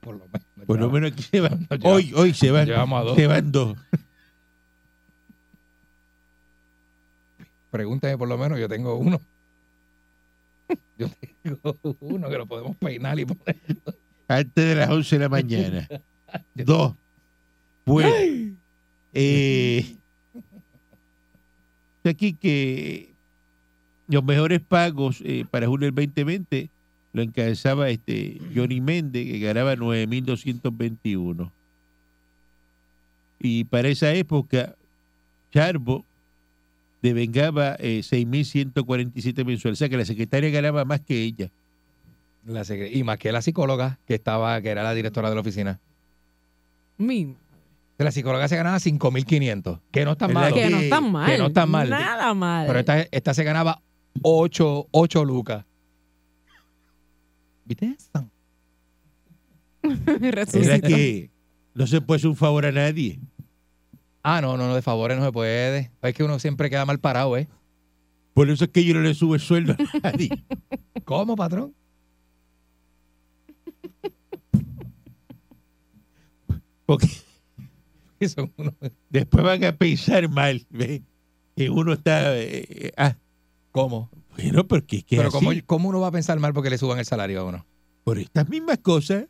D: Por lo menos.
C: Por lo
D: ya.
C: menos aquí se van.
D: No, ya.
C: hoy, hoy se van.
D: Llevamos a dos.
C: Se van dos.
D: Pregúnteme por lo menos, yo tengo uno. Yo tengo uno que lo podemos peinar y poner.
C: Antes de las 11 de la mañana. dos. Bueno. Eh, dice aquí que los mejores pagos eh, para julio del 2020 lo encabezaba este Johnny Méndez, que ganaba 9.221. Y para esa época, Charbo devengaba eh, 6.147 mensuales. O sea que la secretaria ganaba más que ella.
D: La secre- y más que la psicóloga que estaba, que era la directora de la oficina.
E: Mi-
D: La psicóloga se ganaba 5.500, que no está
C: ¿Verdad
D: mal.
E: que no
C: que-
E: está mal.
D: que no está mal.
E: Nada mal.
D: Pero esta, esta se ganaba 8, 8 lucas. ¿Viste eso?
C: Era
E: Resucitó.
C: que no se puede hacer un favor a nadie.
D: Ah, no, no, no, de favores no se puede. Es que uno siempre queda mal parado, ¿eh?
C: Por eso es que yo no le subo el sueldo a nadie.
D: ¿Cómo, patrón?
C: Porque
D: Que son unos-
C: después van a pensar mal. ¿ves? Que uno está. eh, eh, ah,
D: ¿Cómo?
C: bueno, porque es que
D: Pero
C: así,
D: ¿cómo, ¿cómo uno va a pensar mal porque le suban el salario a uno?
C: por estas mismas cosas,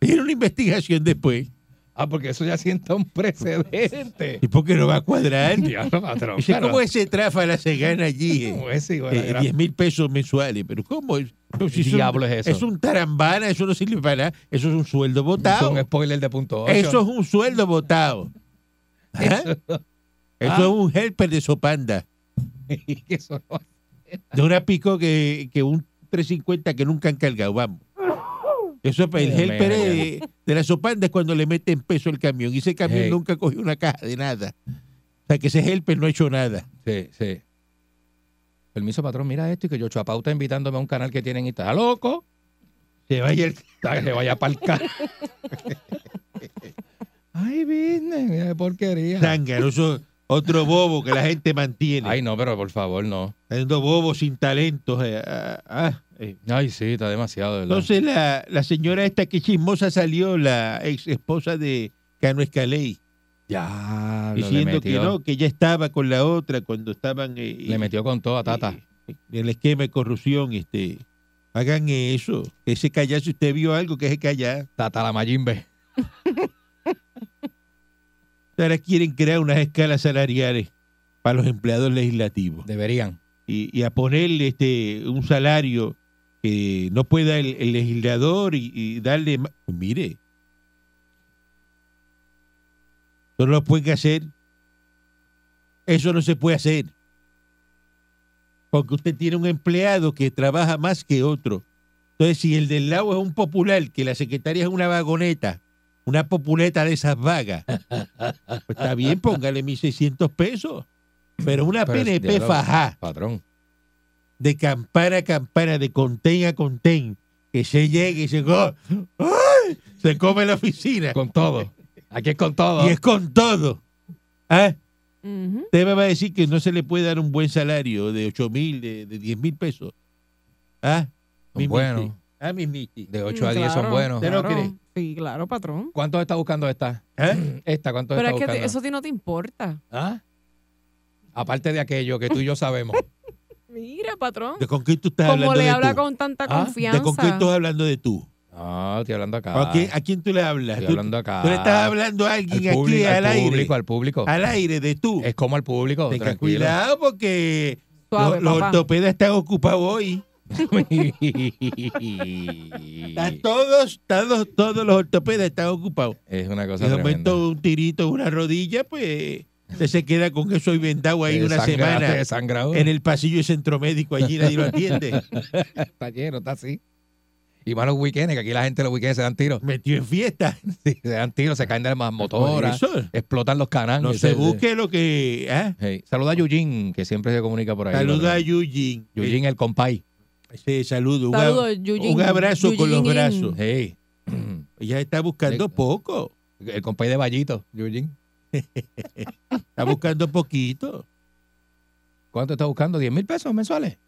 C: era una investigación después.
D: Ah, porque eso ya sienta un precedente.
C: Y porque no va a cuadrar.
D: Diablo, patrón.
C: Dice,
D: claro.
C: ¿cómo ese tráfala se gana allí? Eh,
D: ¿Cómo es? Sí, bueno,
C: eh,
D: era-
C: 10 mil pesos mensuales. Pero ¿cómo? es? Pero si
D: ¿Qué diablo es eso?
C: Es un tarambana, eso no sirve para nada. Eso es un sueldo botado.
D: un spoiler de punto 8.
C: Eso es un sueldo botado. Ajá. Eso
D: Ah.
C: es un helper de sopanda.
D: Eso no-
C: De una pico que, que un 350 que nunca han cargado, vamos. Eso es el
D: Dios
C: helper
D: mío.
C: de, de la sopanda es cuando le meten peso el camión. Y ese camión
D: Hey.
C: nunca cogió una caja de nada. O sea que ese helper no ha hecho nada.
D: Sí, sí. Permiso, patrón, mira esto y que yo Chapau está invitándome a un canal que tienen y está loco.
C: Se vaya el
D: Está que se vaya para el carro. Ay, business, mira qué porquería.
C: zángano. Eso es otro bobo que la gente mantiene.
D: Ay, no, pero por favor, no.
C: Haciendo bobos sin talentos. eh, ah, ah, eh.
D: Ay, sí, está demasiado, de ¿verdad?
C: Entonces la, la señora esta que chismosa salió, la ex esposa de Cano Escaley.
D: Ya, lo le
C: diciendo
D: metió,
C: que no, que ya estaba con la otra cuando estaban eh,
D: le metió con todo a Tata.
C: eh, en el esquema de corrupción. este Hagan eso, ese callar, si usted vio algo, que se callar.
D: Tata la Mayimbe.
C: Ahora quieren crear unas escalas salariales para los empleados legislativos.
D: Deberían.
C: y, y a ponerle este un salario que no pueda el, el legislador y, y darle ma- pues mire eso no lo pueden hacer eso no se puede hacer porque usted tiene un empleado que trabaja más que otro entonces si el del lado es un popular que la secretaria es una vagoneta una populeta de esas vagas pues está bien póngale 1600 pesos pero una
D: Pero es
C: PNP
D: diablo.
C: fajá
D: Patrón.
C: de campana a campana, de contén a contén, que se llegue y se, go- ¡Ay! se come la oficina.
D: Con todo. Aquí es con todo.
C: Y es con todo. ¿Ah?
E: Ujú.
C: Usted me va a decir que no se le puede dar un buen salario de 8 mil, de, de 10 mil pesos. ¿Ah?
D: Son
C: Mis
D: buenos.
C: michi. ¿Ah, mis michi.
D: De 8 a 10 son
E: Claro,
D: buenos.
C: ¿Usted no
E: claro.
C: cree?
E: Sí, claro, patrón.
D: ¿Cuántos está buscando esta?
C: ¿Ah?
D: Esta, ¿cuántos
E: Pero
D: está
E: es que te-
D: buscando?
E: eso a ti no te importa.
D: ¿Ah? Aparte de aquello que tú y yo sabemos.
E: Mira, patrón.
C: ¿De con quién tú estás
E: Como
C: hablando
E: le
C: de
E: habla
C: tú?
E: con tanta
D: Ah, de
E: confianza.
C: ¿De con quién tú estás hablando de tú?
D: No, estoy hablando acá.
C: ¿A, quién, a quién tú le hablas?
D: Estoy
C: ¿Tú,
D: hablando acá.
C: tú le estás hablando a
D: al
C: alguien aquí
D: público,
C: al,
D: al
C: aire.
D: público, al público.
C: Al aire de tú.
D: Es como al público.
C: Tenga
D: Oh, tranquilo.
C: cuidado porque
E: Suave,
C: los, los
E: papá.
C: ortopedas están ocupados hoy. Están todos, todos, todos los ortopedas están ocupados.
D: es una
C: Si
D: cosa
C: de
D: tremenda.
C: momento un tirito, una rodilla, pues usted se queda con eso y vendado ahí una
D: Desangra-
C: semana
D: desangrado.
C: en el pasillo de centro médico, allí nadie lo atiende.
D: Está lleno, está así. Y más los weekends, que aquí la gente los weekends se dan tiros.
C: Metió en fiesta.
D: Sí, se dan tiros, se caen de las
C: Por
D: motoras,
C: eso,
D: explotan los canales.
C: no se busque lo que... ah,
D: Hey, Saluda a Yujin, que siempre se comunica por ahí.
C: Saluda a
D: Yujin.
C: Yujin.
D: Yujin, el compay.
C: Ese saludo. Un, ab-
E: Saludos, Yujin.
C: un abrazo con los
E: Yujin.
C: brazos.
D: Hey,
C: Ella está buscando
D: Sí.
C: poco.
D: el compay de Vallito. Yujin.
C: Está
D: Eh.
C: buscando poquito.
D: ¿Cuánto está buscando? ¿10 mil pesos mensuales?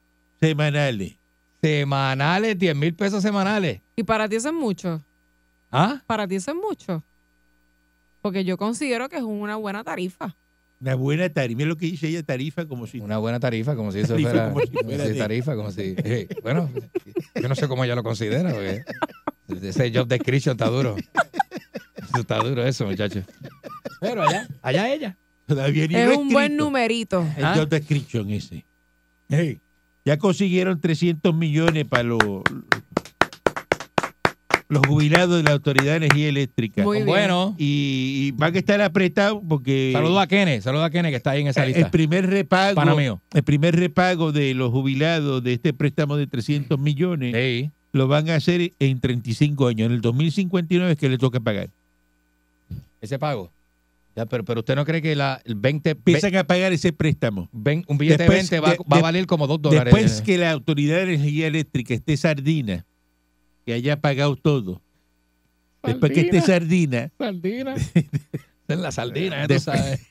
C: Semanales.
D: Semanales, 10 mil pesos semanales.
E: Y para ti eso es mucho.
D: ¿Ah?
E: Para ti eso es mucho. Porque yo considero que es una buena tarifa.
C: Una buena tarifa. Mira lo que dice ella, tarifa como si...
D: Una buena tarifa, como si eso
C: Tarifa
D: fuera.
C: como si
D: como
C: fuera
D: si
C: de-
D: tarifa, como si. eh, bueno, yo no sé cómo ella lo considera, porque ese job description está duro. Eso está duro, eso, muchachos. Pero allá, allá ella.
C: Todavía ni
E: es
C: lo
E: un
C: he
E: buen
C: escrito.
E: numerito.
C: El
D: ¿Ah?
C: job description ese. Ya consiguieron 300 millones para los, los jubilados de la Autoridad de Energía Eléctrica.
E: Muy bien.
D: Pues Bueno,
C: Y, y van a estar apretados porque
D: saludo a Kene, saludo a Kene que está ahí en esa
C: Eh, el,
D: lista.
C: primer repago,
D: Pana mío.
C: el primer repago de los jubilados de este préstamo de 300 millones
D: Ey,
C: lo van a hacer en 35 años. En el 2059 es que le toca pagar.
D: ese pago. Ya, pero, pero usted no cree que la, el 20,
C: Empiezan a pagar ese préstamo.
D: ven- un billete
C: Después-
D: de 20 va,
C: de-
D: va a
C: de-
D: valer como 2 dólares. Eh,
C: Después que la Autoridad de Energía Eléctrica esté sardina, que haya pagado todo, después que esté sardina,
D: Sardina. En la sardina, ¿eh?
C: De-
D: tú sabes.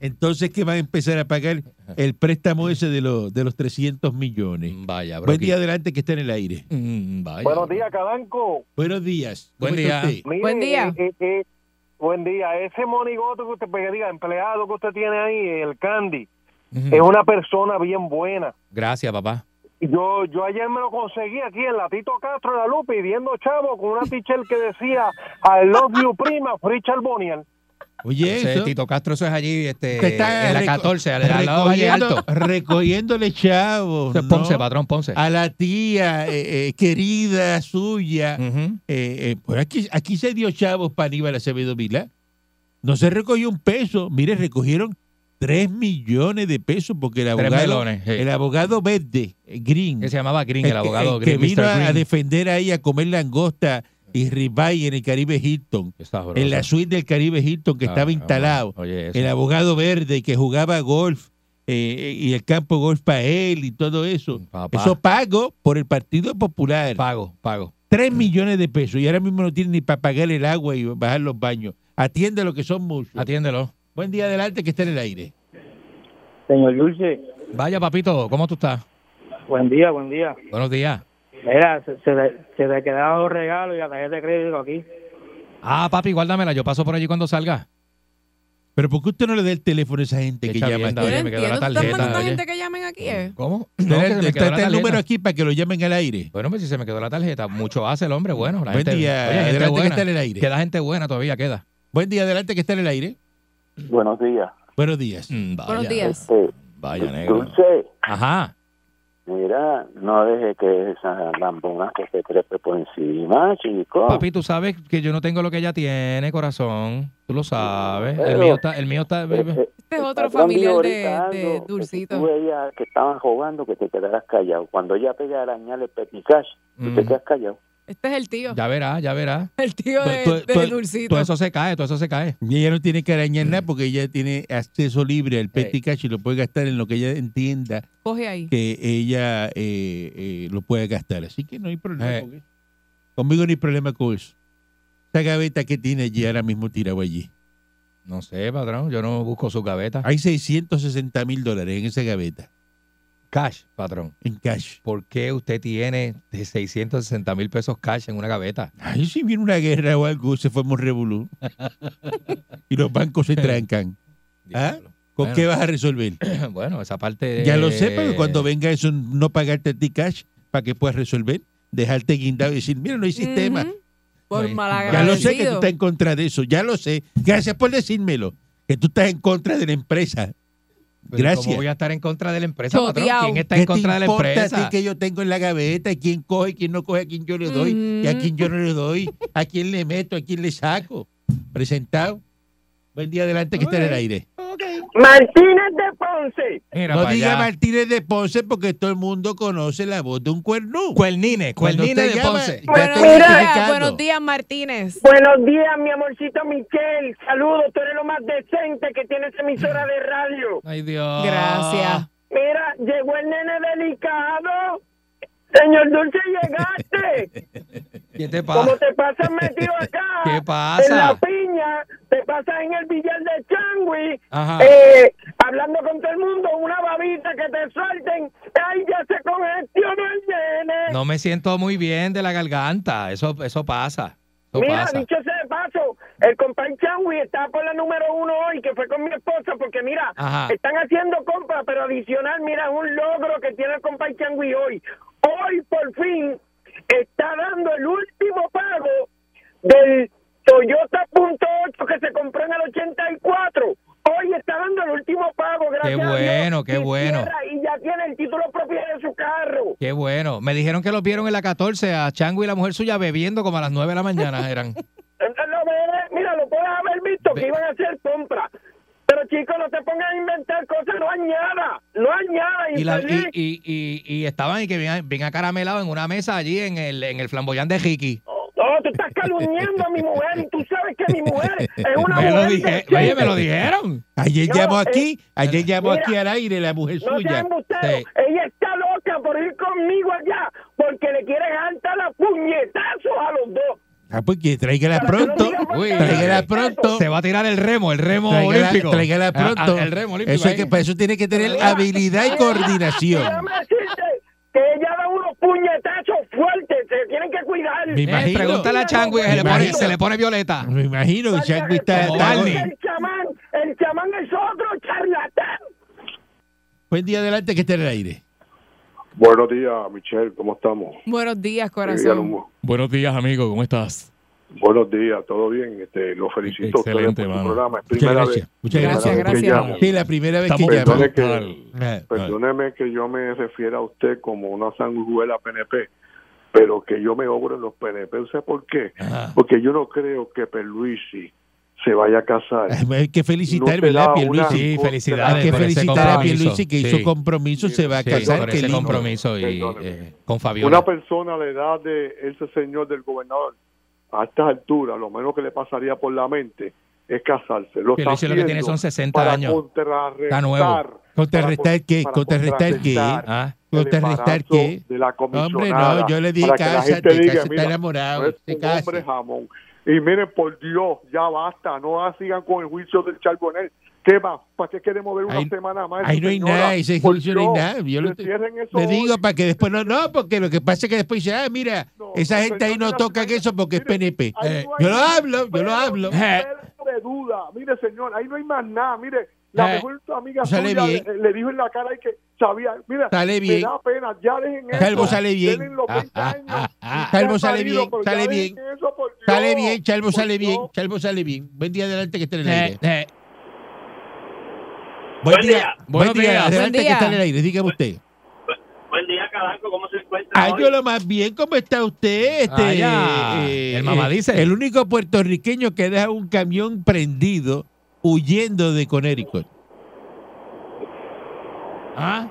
C: entonces que va a empezar a pagar el préstamo ese de, los de los 300 millones.
D: Mm, Vaya, bro. Mm,
C: Buen día adelante que está en el aire.
D: Vaya.
G: Buenos días, Cadanco.
C: Buenos días.
D: Buen
C: ¿Cómo está
D: día.
C: usted?
G: Mire,
E: Buen día.
G: eh, eh, eh, buen día. Ese monigoto que usted porque diga, empleado que usted tiene ahí, el Candy,
D: Ujú.
G: es una persona bien buena.
D: Gracias, papá.
G: Yo, yo ayer me lo conseguí aquí en la Tito Castro de la Luz pidiendo chavo con una teacher que decía I love you prima, Richard Bonian.
C: Oye,
D: Ese
C: eso.
D: Tito Castro, eso es allí, este,
C: Usted está
D: en la
C: reco-
D: 14, al, al lado de Valle Alto.
C: recogiendo- recogiéndole chavos
D: Eso es Ponce,
C: ¿no?
D: patrón, Ponce.
C: a la tía eh, eh, querida suya.
D: Ujú.
C: Eh, eh, pues aquí, aquí se dio chavos para Aníbal Acevedo Vila. No se recogió un peso. Mire, recogieron 3 millones de pesos porque el
D: Tres
C: abogado,
D: melones. sí.
C: el abogado verde, eh, Green,
D: que se llamaba Green,
C: el
D: el,
C: que-
D: abogado
C: el que
D: Green, Mr.
C: vino a, a
D: Green.
C: defender ahí a comer langosta y ribeye en el Caribe Hilton,
D: Qué sabroso.
C: en la suite del Caribe Hilton que
D: Ah,
C: estaba
D: ah,
C: instalado.
D: Oye, eso.
C: El abogado verde que jugaba golf eh, y el campo golf para él y todo eso.
D: Papá.
C: Eso pago por el Partido Popular.
D: Pago, pago.
C: 3 millones de pesos y ahora mismo no tienen ni para pagar el agua y bajar los baños. Atiende lo que son muchos.
D: Atiéndelo.
C: Buen día adelante que está en el aire.
H: Señor Dulce,
D: Vaya, papito, ¿cómo tú estás?
H: buen día, buen día.
D: Buenos días.
H: Mira, se, se, le- se te quedaron los regalos y la tarjeta de crédito aquí.
D: Ah, papi, guárdamela. Yo paso por allí cuando salga.
C: Pero ¿por qué usted no le da el teléfono a esa gente que
D: Echa
C: llama
D: vienda,
E: Yo
C: aquí?
E: no
D: oye, me quedó la
E: entiendo, ¿tú estás
D: tarjeta,
E: mandando a
D: oye.
E: gente que llamen aquí? eh?
D: ¿Cómo?
C: No,
D: Mira, se me
C: está,
D: quedó la
C: está el número
D: tarjeta.
C: aquí para que lo llamen al aire.
D: Bueno, pues si se me quedó la tarjeta, mucho hace el hombre, bueno. La
C: Buen
D: gente,
C: día,
D: oye, gente
C: adelante que
D: buena.
C: está en el aire.
D: Queda gente buena todavía, queda.
C: Buen día, adelante que está en el aire.
I: Buenos días.
C: Buenos días.
D: Mm, vaya,
E: Buenos días.
I: Este,
D: Vaya, negro.
I: Dulce,
D: Ajá.
I: mira, no deje que esa lambona que se trepe por encima, chico.
D: Papi, tú sabes que yo no tengo lo que ella tiene, corazón. Tú lo sabes. El
I: Pero-
D: mío está... El mío está
I: Eh, eh,
E: Este es
I: el
E: otro
I: patrón dijo
E: familiar de,
I: ahorita
E: de
I: algo, que Si
E: Dulcito.
I: tú veías que estaban jugando, que te quedaras callado. Cuando ella pega a arañar el petit cash, tú te
D: Mm.
I: quedas callado.
E: Este es el tío.
D: Ya verás, ya verás.
E: El tío de,
C: Tú-
E: de
C: tú-
D: Todo
E: Dulcito.
D: eso se cae, todo eso se cae.
C: Y ella no tiene que arañar nada porque ella tiene acceso libre al petty
D: Eh.
C: cash y lo puede gastar en lo que ella entienda
E: Coge ahí.
C: que ella eh, eh, lo puede gastar. Así que no hay problema
D: Eh.
C: con eso. Conmigo no hay problema con eso. Esa gaveta que tiene allí ahora mismo tirado allí.
D: No sé, patrón. Yo no busco su gaveta.
C: Hay 660 mil dólares en esa gaveta,
D: Cash, patrón.
C: en cash.
D: ¿Por qué usted tiene de 660 mil pesos cash en una gaveta?
C: Ahí si viene una guerra o algo, se formó un revolú. y los bancos se trancan. ¿Ah? ¿Con
D: Bueno.
C: qué vas a resolver?
D: Eh, Bueno, esa parte.
C: Ya lo sé, pero
D: Eh.
C: cuando venga eso, no pagarte a ti cash para que puedas resolver, dejarte guindado y decir, mira, no hay sistema.
E: Ujú. Por
D: Oye,
C: Ya lo sé que tú
E: malagradecido.
C: estás en contra de eso, ya lo sé. Gracias por decírmelo, que tú estás en contra de la empresa.
D: Pero
C: gracias.
D: ¿Cómo voy a estar en contra de la empresa,
E: Choteao.
D: patrón? ¿Quién está
C: ¿Qué
D: en contra
C: te
D: de la
C: importa a
D: empresa?
C: ti que yo tengo en la gaveta? ¿Quién coge, quién no coge, a quién yo le doy, y
D: Mm.
C: a quién yo no le doy, a quién le meto, a quién le saco? Presentado. Buen día adelante que está en el aire.
J: Martínez de Ponce.
D: Mira,
C: No
D: para
C: diga
D: allá.
C: Martínez de Ponce porque todo el mundo conoce la voz de un cuerno.
D: Cuernine,
C: Cuando
D: Cuernine
C: usted
D: de
C: llama,
D: Ponce.
C: ya
E: Buenos
C: estoy
E: días,
C: explicando.
E: buenos días, Martínez.
J: Buenos días, mi amorcito Michel. Saludos, tú eres lo más decente que tiene esa emisora de radio.
D: Ay, Dios.
C: Ah.
E: Gracias.
J: Mira, llegó el nene delicado. Señor Dulce, llegaste.
D: ¿Qué te pasa?
J: Como te pasas metido acá.
D: Ah. ¿Qué pasa?
J: En la piña, te pasas en el billar de Changui.
D: Ajá.
J: eh, hablando con todo el mundo, una babita que te suelten. ¡Ay, ya se congestionó el nene!
D: No me siento muy bien de la garganta. Eso, eso pasa. Eso
J: Mira,
D: pasa.
J: dicho sea de paso, el compadre Changui está por la número uno hoy, que fue con mi esposa, porque mira,
D: Ajá.
J: están haciendo compras, pero adicional, mira, es un logro que tiene el compadre Changui hoy. Hoy, por fin, está dando el último pago del Toyota Punto 8 que se compró en el 84. Hoy está dando el último pago, gracias a Dios.
D: bueno, qué
J: Y
D: bueno.
J: cierra, Y ya tiene el título propio de su carro.
D: Qué bueno. Me dijeron que los vieron en la 14 a Chango y la mujer suya bebiendo como a las 9 de la mañana eran.
J: Eh, lo ve- mira, lo puedes haber visto que iban a hacer compra. Pero chicos, no te pongas a inventar cosas, no añada, no añada.
D: Y, la-
J: infeliz.
D: y, y, y, y estaban y que bien, bien acaramelados en una mesa allí en el, en el flamboyán de Ricky.
J: No, tú estás calumniando a mi mujer y tú sabes que mi mujer es una
D: Me lo,
J: mujer
D: dije,
J: decente.
D: oye, me lo dijeron.
C: Ayer
J: No,
C: llamó
J: eh,
C: aquí, ayer llamó
J: mira,
C: aquí al aire la mujer
J: No seas
C: suya.
J: embustero,
D: Sí.
J: ella está loca por ir conmigo allá porque le quiere jantar la puñetazos a los dos.
C: Ah, pues que tráigala
J: Para que no
C: pronto.
J: digan
D: Uy,
J: falta de
D: tráigala
J: respeto.
C: pronto.
D: Se va a tirar el remo, el remo
C: Tráigala,
D: olímpico.
C: tráigala pronto.
D: A- a- el remo olímpico.
C: eso, es
D: ahí.
C: que, para eso tiene que tener
J: Mira,
C: habilidad y
J: mira,
C: coordinación.
J: Déjame decirte que ella da unos puñetazos fuertes, se tienen que cuidar.
C: Me
D: Eh,
C: imagino.
D: pregúntale a Chango y se le,
C: Me
D: pone,
C: imagino.
D: se le pone violeta.
C: Me imagino que Chango está...
D: Como
C: está-
D: Barney.
J: El chamán, el chamán es otro charlatán.
C: Buen día adelante que está en el aire.
G: Buenos días, Michelle, ¿cómo estamos?
E: Buenos días,
G: Eh,
E: corazón.
G: Alonso,
K: Buenos días, amigo. ¿Cómo estás?
G: Buenos días, ¿todo bien? Este, lo felicito a
K: Excelente,
G: ustedes por
K: mano.
G: su programa. Es
C: Muchas
G: primera
C: gracias.
G: vez.
C: Muchas
G: primera
C: gracias.
E: Gracias,
G: vez que
E: gracias.
G: llamo.
C: Sí, la primera vez
K: Estamos
C: que llama.
G: Perdone que-
K: Tal.
C: Ah, ah.
G: Perdóneme que yo me refiera a usted como una sanguijuela PNP, pero que yo me obro en los PNP. ¿Usted por qué?
D: Ah.
G: Porque yo no creo que Perluisi se vaya a casar.
C: Ah, Hay que felicitar,
G: No te
C: ¿verdad,
G: da
C: Pierluisi?
G: una-
D: Sí,
C: Hay
D: felicidades.
C: que
D: por ese
C: felicitar a
D: compromiso.
C: Pierluisi que hizo
D: Sí,
C: compromiso, se va a
D: sí,
C: casar.
D: por
C: Qué
D: ese
C: lindo.
D: compromiso y,
G: Perdóneme.
D: eh, con
G: Una
D: Fabiola.
G: persona a la edad de ese señor del gobernador, a estas alturas, lo menos que le pasaría por la mente es casarse. Lo, está
D: Pierluisi lo que tiene
G: haciendo
D: son 60
G: para
D: años.
G: contrarrestar.
D: Está nuevo.
C: ¿Contrarrestar qué?
G: para
C: ¿Contrarrestar qué?
G: contrarrestar
D: Ah.
G: el
C: ¿Contrarrestar
G: embarazo
C: qué?
G: De la
C: Hombre,
G: comisionada,
C: no, yo le dije,
G: para que la gente
C: cásate,
G: diga,
C: cásate, está
G: mira,
C: enamorado.
G: no es
C: se
G: un
C: case.
G: hombre jamón. Y miren, por Dios, ya basta, no sigan con el juicio del charbonel. ¿Qué más? ¿Para qué queremos ver una
C: Ahí-
G: semana más?
C: Ahí no hay nada, ese
G: Por
C: juicio no hay
G: Dios,
C: nada. Yo lo
G: pues que
C: te-
G: cierren eso
C: le
G: hoy.
C: digo para que después no, no, porque lo que pasa es que después dice, ah, mira,
G: No,
C: esa
G: no,
C: gente ahí
G: señor,
C: no
G: no,
C: tocan
G: señor,
C: eso porque es
G: mire,
C: PNP.
G: ahí
C: Eh,
G: no hay
C: yo lo
G: nada.
C: hablo, yo lo
G: Pero,
C: hablo.
G: pero,
L: de duda. Mire, señor, ahí no hay más nada. Mire, la
C: Eh,
L: mejor amiga
C: sale
L: suya
C: bien.
L: le, le dijo en la cara ahí que sabía. Mira,
C: Sale bien.
L: me da pena. Ya dejen eso.
C: Calvo sale bien. Ah,
L: Denle los 20 años.
C: Calvo sale
L: marido,
C: bien,
G: pues
L: pero ya
C: sale
L: dejen
C: bien.
L: eso, por Dios.
C: Sale bien, Chalvo
L: Por
C: sale bien,
L: Dios.
C: Chalvo sale bien. Buen día adelante que esté en el
D: Eh,
C: aire.
D: eh.
C: Buen,
J: Buen
C: día.
J: día.
C: Buen
D: Buenos
C: día,
D: días.
C: adelante
D: Buen día.
C: que está en el aire, dígame usted.
J: Buen día, Calanco, ¿cómo se encuentra?
C: Ay,
J: hoy?
C: yo lo más bien, ¿cómo está usted? Este, eh,
D: Ah, ya. El mamá dice.
C: El único puertorriqueño que deja un camión prendido huyendo de Connecticut.
D: ¿Ah?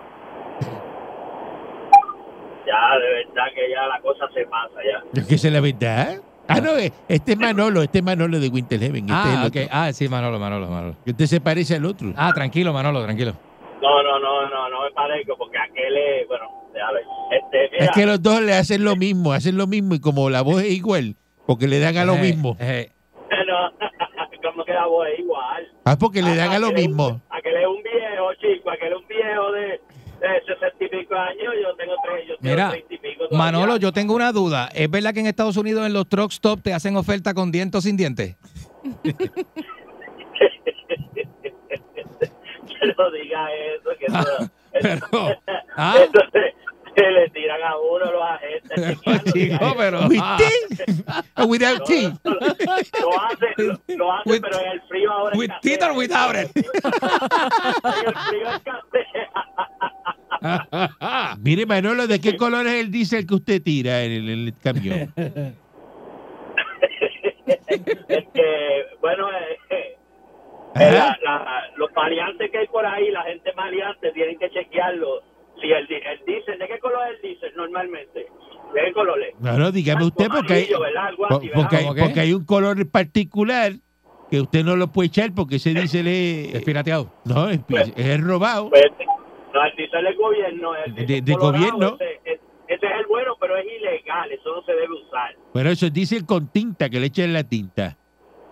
J: Ya, de verdad que ya la cosa se pasa ya.
C: Es que esa es la verdad. Ah, no, eh, este es Manolo, este es Manolo de Winter Heaven. Este es
D: Ah,
C: el
D: ok.
C: otro.
D: Ah, sí, Manolo, Manolo, Manolo.
C: Usted se parece al otro.
D: Ah, tranquilo, Manolo, tranquilo.
J: No, no, no, no, no me parezco porque aquel es, bueno, déjalo. ahí. Este, mira,
C: Es que los dos le hacen lo mismo, hacen lo mismo y como la voz es igual, porque le dan a lo
D: Eh,
C: mismo.
D: eh.
J: no, como que la voz es igual.
C: Ah, porque le dan a lo mismo.
J: Aquel es un viejo, chico, aquel es un viejo de, de 60 y pico años, yo tengo tres, yo tengo
D: Mira,
J: 30 y pico todavía.
D: Manolo, yo tengo una duda. ¿Es verdad que en Estados Unidos en los truck stop te hacen oferta con dientes o sin dientes?
J: que no diga eso, que eso,
D: Pero, ah,
J: eso se, se le tiran a uno los agentes.
D: pues, chico, pero ah,
C: Ah, without teeth.
J: Lo hace, lo, lo hace,
D: With-
J: pero en el frío ahora es
D: with
J: casero.
D: teeth or without it.
J: En el frío es casero.
C: Mire, Manolo, ¿de qué color es el diésel que usted tira en el, en el camión?
J: Este, bueno, eh, eh,
C: Ajá.
J: la- la- los maleantes que hay por ahí, la gente maleante, tienen que chequearlo. Si el, di- el diésel, ¿de qué color es el diésel normalmente? ¿De qué color es?
C: No, no, dígame usted porque hay,
J: Amarillo, ¿verdad? Algo
C: po-
J: así, ¿verdad?
C: porque, hay,
D: ¿Cómo qué?
C: porque hay un color particular que usted no lo puede echar porque ese diésel
D: es
C: es...
D: pirateado.
C: No, es, es robado.
J: Pues, no, el diésel es gobierno. El
C: De-
J: diésel
C: de
J: colorado,
C: gobierno.
J: Ese, ese- ese es el bueno, pero es ilegal, eso no se debe usar.
C: Bueno, eso es diésel con tinta, que le echen la tinta.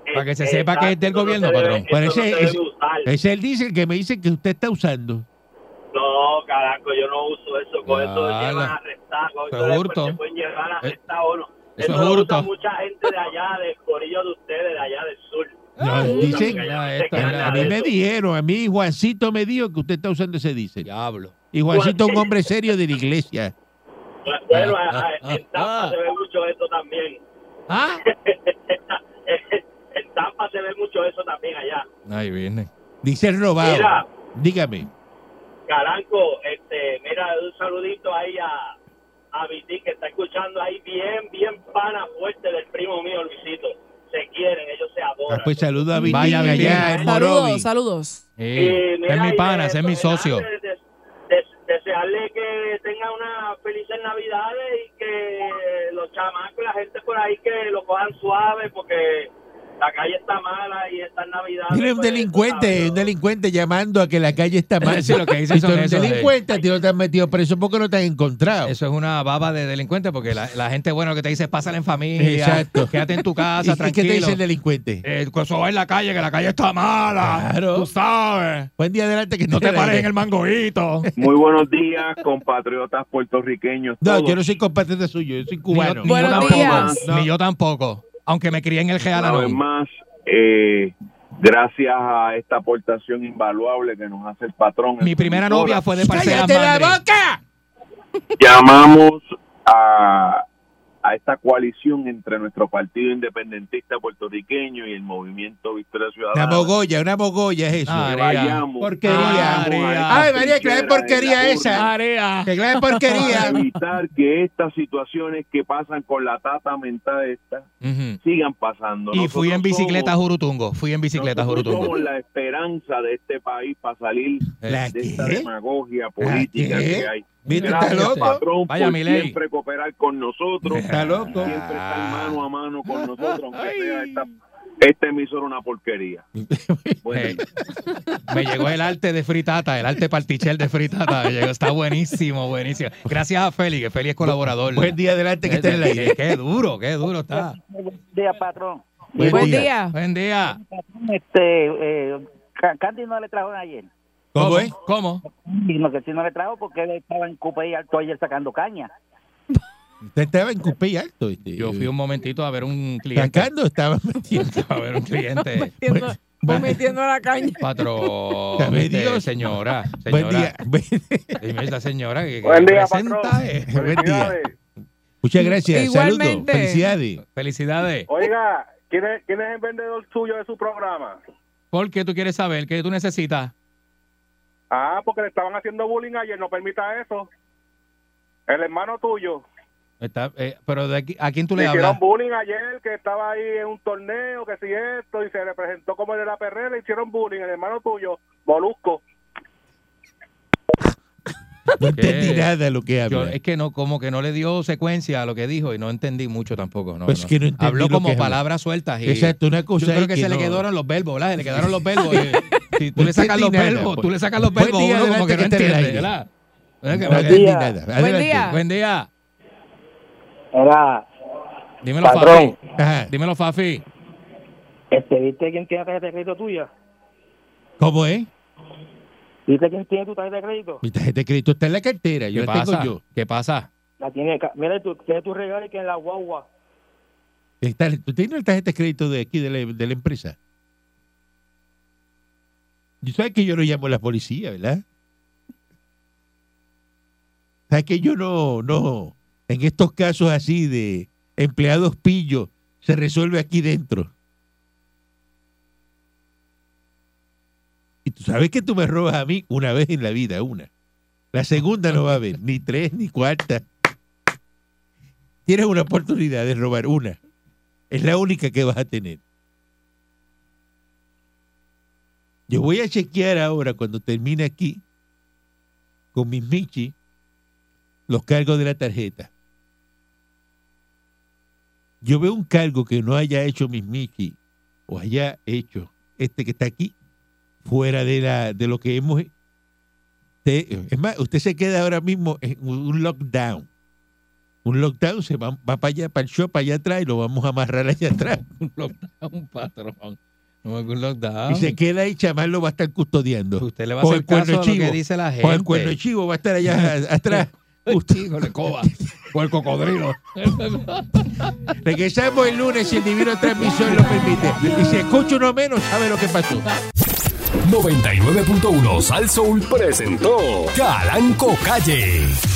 D: Para que se sepa que es del
J: Este, Exacto, no
D: gobierno,
J: se debe-
D: patrón.
C: Pero
J: eso
C: ese-
J: no se
C: ese-
J: debe usar.
C: Ese es el diésel que me dice que usted está usando.
J: No, carajo, yo no uso eso. Con eso
D: Ala.
J: llevan arrestado.
D: Eso
J: Con eso
D: es
J: después
D: hurto. Eh,
J: te pueden llevar arrestado o no.
D: eso
J: Eso
D: es
J: lo
D: hurto.
J: usa mucha gente de allá, del corillo de ustedes, de allá del sur.
C: No,
J: Lo usan
C: dicen-
J: porque allá
D: Ah,
J: no se
D: esto,
J: quejan
D: mira,
C: A
J: de
C: mí me
J: eso.
C: dijeron, a mí Juancito me dijo que usted está usando ese diésel.
D: Diablo.
C: Y Juancito es un hombre serio de la iglesia.
J: Pues, Bueno,
D: Ah,
J: a- a-
D: ah,
J: en Tampa
D: ah.
J: se ve mucho eso también.
D: ¿Ah?
J: en Tampa se ve mucho eso también allá.
D: Ahí viene.
C: Diésel robado.
J: Mira.
C: Dígame.
J: Caranco, este, mira, un saludito ahí a, a Viti que está escuchando ahí bien, bien pana fuerte del primo mío, Luisito. Se quieren, ellos se
C: Ah,
J: adoran.
C: pues saluda a Vitín
D: Vaya,
C: allá
D: Vitín.
C: en Morovi.
E: Saludos, saludos.
D: Eh,
J: mira,
D: es mi
J: y
D: pana,
J: de-
D: ese es mi
J: de-
D: socio.
J: de- de- de- desearle que tenga una felices navidades y que los chamacos y la gente por ahí que lo cojan suave porque la calle está mala y estas navidades.
C: Tiene un
J: pues,
C: delincuente,
J: ¿sabes?
C: un delincuente llamando a que la calle está mal.
D: Sí, lo que dicen son
C: Entonces,
D: esos, eh.
C: delincuente, tío, te han metido preso porque no te han encontrado.
D: Eso es una baba de delincuente porque la, la gente buena que te dice pásala en familia,
C: Exacto.
D: quédate en tu
C: ¿Y-
D: casa,
C: y qué te
D: tranquilo.
C: dice el delincuente?
D: Eh, eso va en la calle, que la calle está mala.
C: Claro.
D: Tú sabes.
C: Buen día adelante que
D: No
C: esté
D: te
C: al
D: pares
C: aire.
D: en el mangoito.
M: Muy buenos días, compatriotas puertorriqueños.
C: No,
M: todos.
C: yo no soy compatriota suyo, yo soy cubano.
D: Ni yo, ni yo
E: Buenos
D: tampoco.
E: días.
D: No. Ni yo tampoco. Aunque me crié en el Real
M: Una vez
D: Aragón.
M: más, eh, gracias a esta aportación invaluable que nos hace el patrón.
D: Mi primera novia fue de Parcelas
C: ¡Cállate la
D: Mandri.
C: boca!
M: Llamamos a, a esta coalición entre nuestro partido independentista puertorriqueño y el movimiento Victoria
C: Una
M: Ciudadana.
C: mogolla, una mogolla es eso.
D: Ah,
M: Que
D: María.
M: vayamos
C: Porquería.
M: a esta
C: Ay, María, que la de
M: trinchera de la
C: porquería esa.
D: Área.
C: Que clave
M: para
C: porquería.
M: evitar que estas situaciones que pasan con la tata mental esta
D: Ujú.
M: sigan pasando.
D: Y fui
M: Nosotros
D: en bicicleta a
M: somos-
D: Jurutungo. Fui en bicicleta a
M: nosotros
D: Jurutungo.
M: somos la esperanza de este país para salir
C: ¿La
M: de esta
C: qué?
M: demagogia política
C: qué?
M: que hay.
C: Mire, está
M: Gracias,
C: loco.
M: patrón,
D: Vaya,
M: por
D: Milei.
M: siempre cooperar con nosotros.
C: Está loco.
M: Siempre estar mano a mano con nosotros, aunque sea esta, esta emisora una porquería. Bueno,
D: Eh, me llegó el arte de Fritata, el arte partichel de Fritata. Me llegó, está buenísimo, buenísimo. Gracias a Feli, que Feli es colaborador.
C: Buen día adelante que esté en el aire.
D: Qué- Qué duro, qué duro está.
H: Buen día, patrón.
C: Buen
E: Buen
C: día.
E: día.
D: Buen día.
H: Este, eh, Ca- Candy no le trajo ayer.
C: ¿Cómo es?
D: ¿Cómo?
H: Sino que sí no le trajo porque él estaba en Cuba y alto ayer sacando caña.
C: Usted estaba en cupé y alto. Este,
D: Yo fui un momentito a ver un cliente.
C: Sacando estaba metiendo.
D: A ver un cliente.
E: Metiendo, metiendo la caña.
D: Patrón.
C: Sabe
D: este,
C: Dios.
D: Señora. señora.
C: Buen día. Buen
D: Dime esta señora que, que
C: Buen día,
D: presenta,
C: patrón.
D: eh.
C: Buen día. Muchas gracias. Saludos.
E: Igualmente.
C: Felicidades.
D: Felicidades.
J: Oiga, ¿quién es, ¿quién es el vendedor suyo de su programa?
D: ¿Por qué tú quieres saber? ¿Qué tú necesitas?
J: Ah, porque le estaban haciendo bullying ayer, no permita eso. El hermano tuyo.
D: Está- eh, pero de aquí- ¿a quién tú le
J: Le
D: hablas?
J: hicieron bullying ayer, que estaba ahí en un torneo, que si esto, y se le presentó como el de la perrera, le hicieron bullying, el hermano tuyo, Molusco.
C: No entendí
D: ¿Qué?
C: nada de lo que
D: Yo- eh,
C: habla.
D: es que no, como que no le dio secuencia a lo que dijo y no entendí mucho tampoco. No,
C: Pues
D: no.
C: que no entendí
D: Habló
C: lo
D: como
C: que habla.
D: palabras sueltas. Y
C: Exacto, una cosa
D: eh, Yo creo
C: es
D: que,
C: que
D: se le
C: no-
D: quedaron los verbos, ¿verdad? Se le quedaron los verbos. eh. Si tú
C: No
D: le sacas los
C: entendí nada,
D: verbos,
C: pues.
D: tú le sacas los
C: Buen
D: verbos,
C: día,
D: uno como
C: adelante,
D: que
C: que
D: no
C: está en el
D: entiende,
C: aire.
D: ¿verdad?
C: No entendí
H: día.
C: nada.
E: Buen
C: Adelante.
E: día.
D: Buen día.
H: Era,
D: Dímelo,
H: Patrón.
D: Fafi.
C: Ajá.
D: Dímelo, Fafi.
H: este, ¿viste quién tiene tarjeta de crédito tuya?
C: ¿Cómo es?
H: ¿Viste quién tiene tu tarjeta de crédito?
C: Mi tarjeta de crédito está en la cartera. Yo
D: ¿Qué
C: la
D: pasa?
C: tengo yo.
D: ¿Qué pasa?
H: La tiene, ca- mira, tú, tiene tu regalo y que en la guagua.
C: Está- ¿Tú tienes la tarjeta de crédito de aquí, de la, de la empresa? ¿Y sabes que yo no llamo a la policía, verdad? ¿Sabes que yo no, no, en estos casos así de empleados pillos, se resuelve aquí dentro? Y tú sabes que tú me robas a mí una vez en la vida, una. La segunda no va a haber, ni tres, ni cuarta. Tienes una oportunidad de robar una. Es la única que vas a tener. Yo voy a chequear ahora, cuando termine aquí, con mis Michi, los cargos de la tarjeta. Yo veo un cargo que no haya hecho mis Michi o haya hecho este que está aquí, fuera de, la, de lo que hemos... Te- es más, usted se queda ahora mismo en un lockdown un lockdown se va, va para allá, para el shop, para allá atrás y lo vamos a amarrar allá atrás.
D: Un lockdown, patrón. No es un lockdown.
C: Y se queda ahí, chaval, lo va a estar custodiando.
D: Usted le va a
C: con
D: hacer
C: el cuerno
D: caso a lo
C: chivo,
D: que dice la gente.
C: Con el cuerno de chivo va a estar allá a- atrás.
D: Chico, le coba. Con el cocodrilo.
C: Regresamos el lunes si el divino transmisor lo permite. Y si escucha uno menos, sabe lo que pasó.
A: 99.1 Sal Soul presentó Calanco Calle.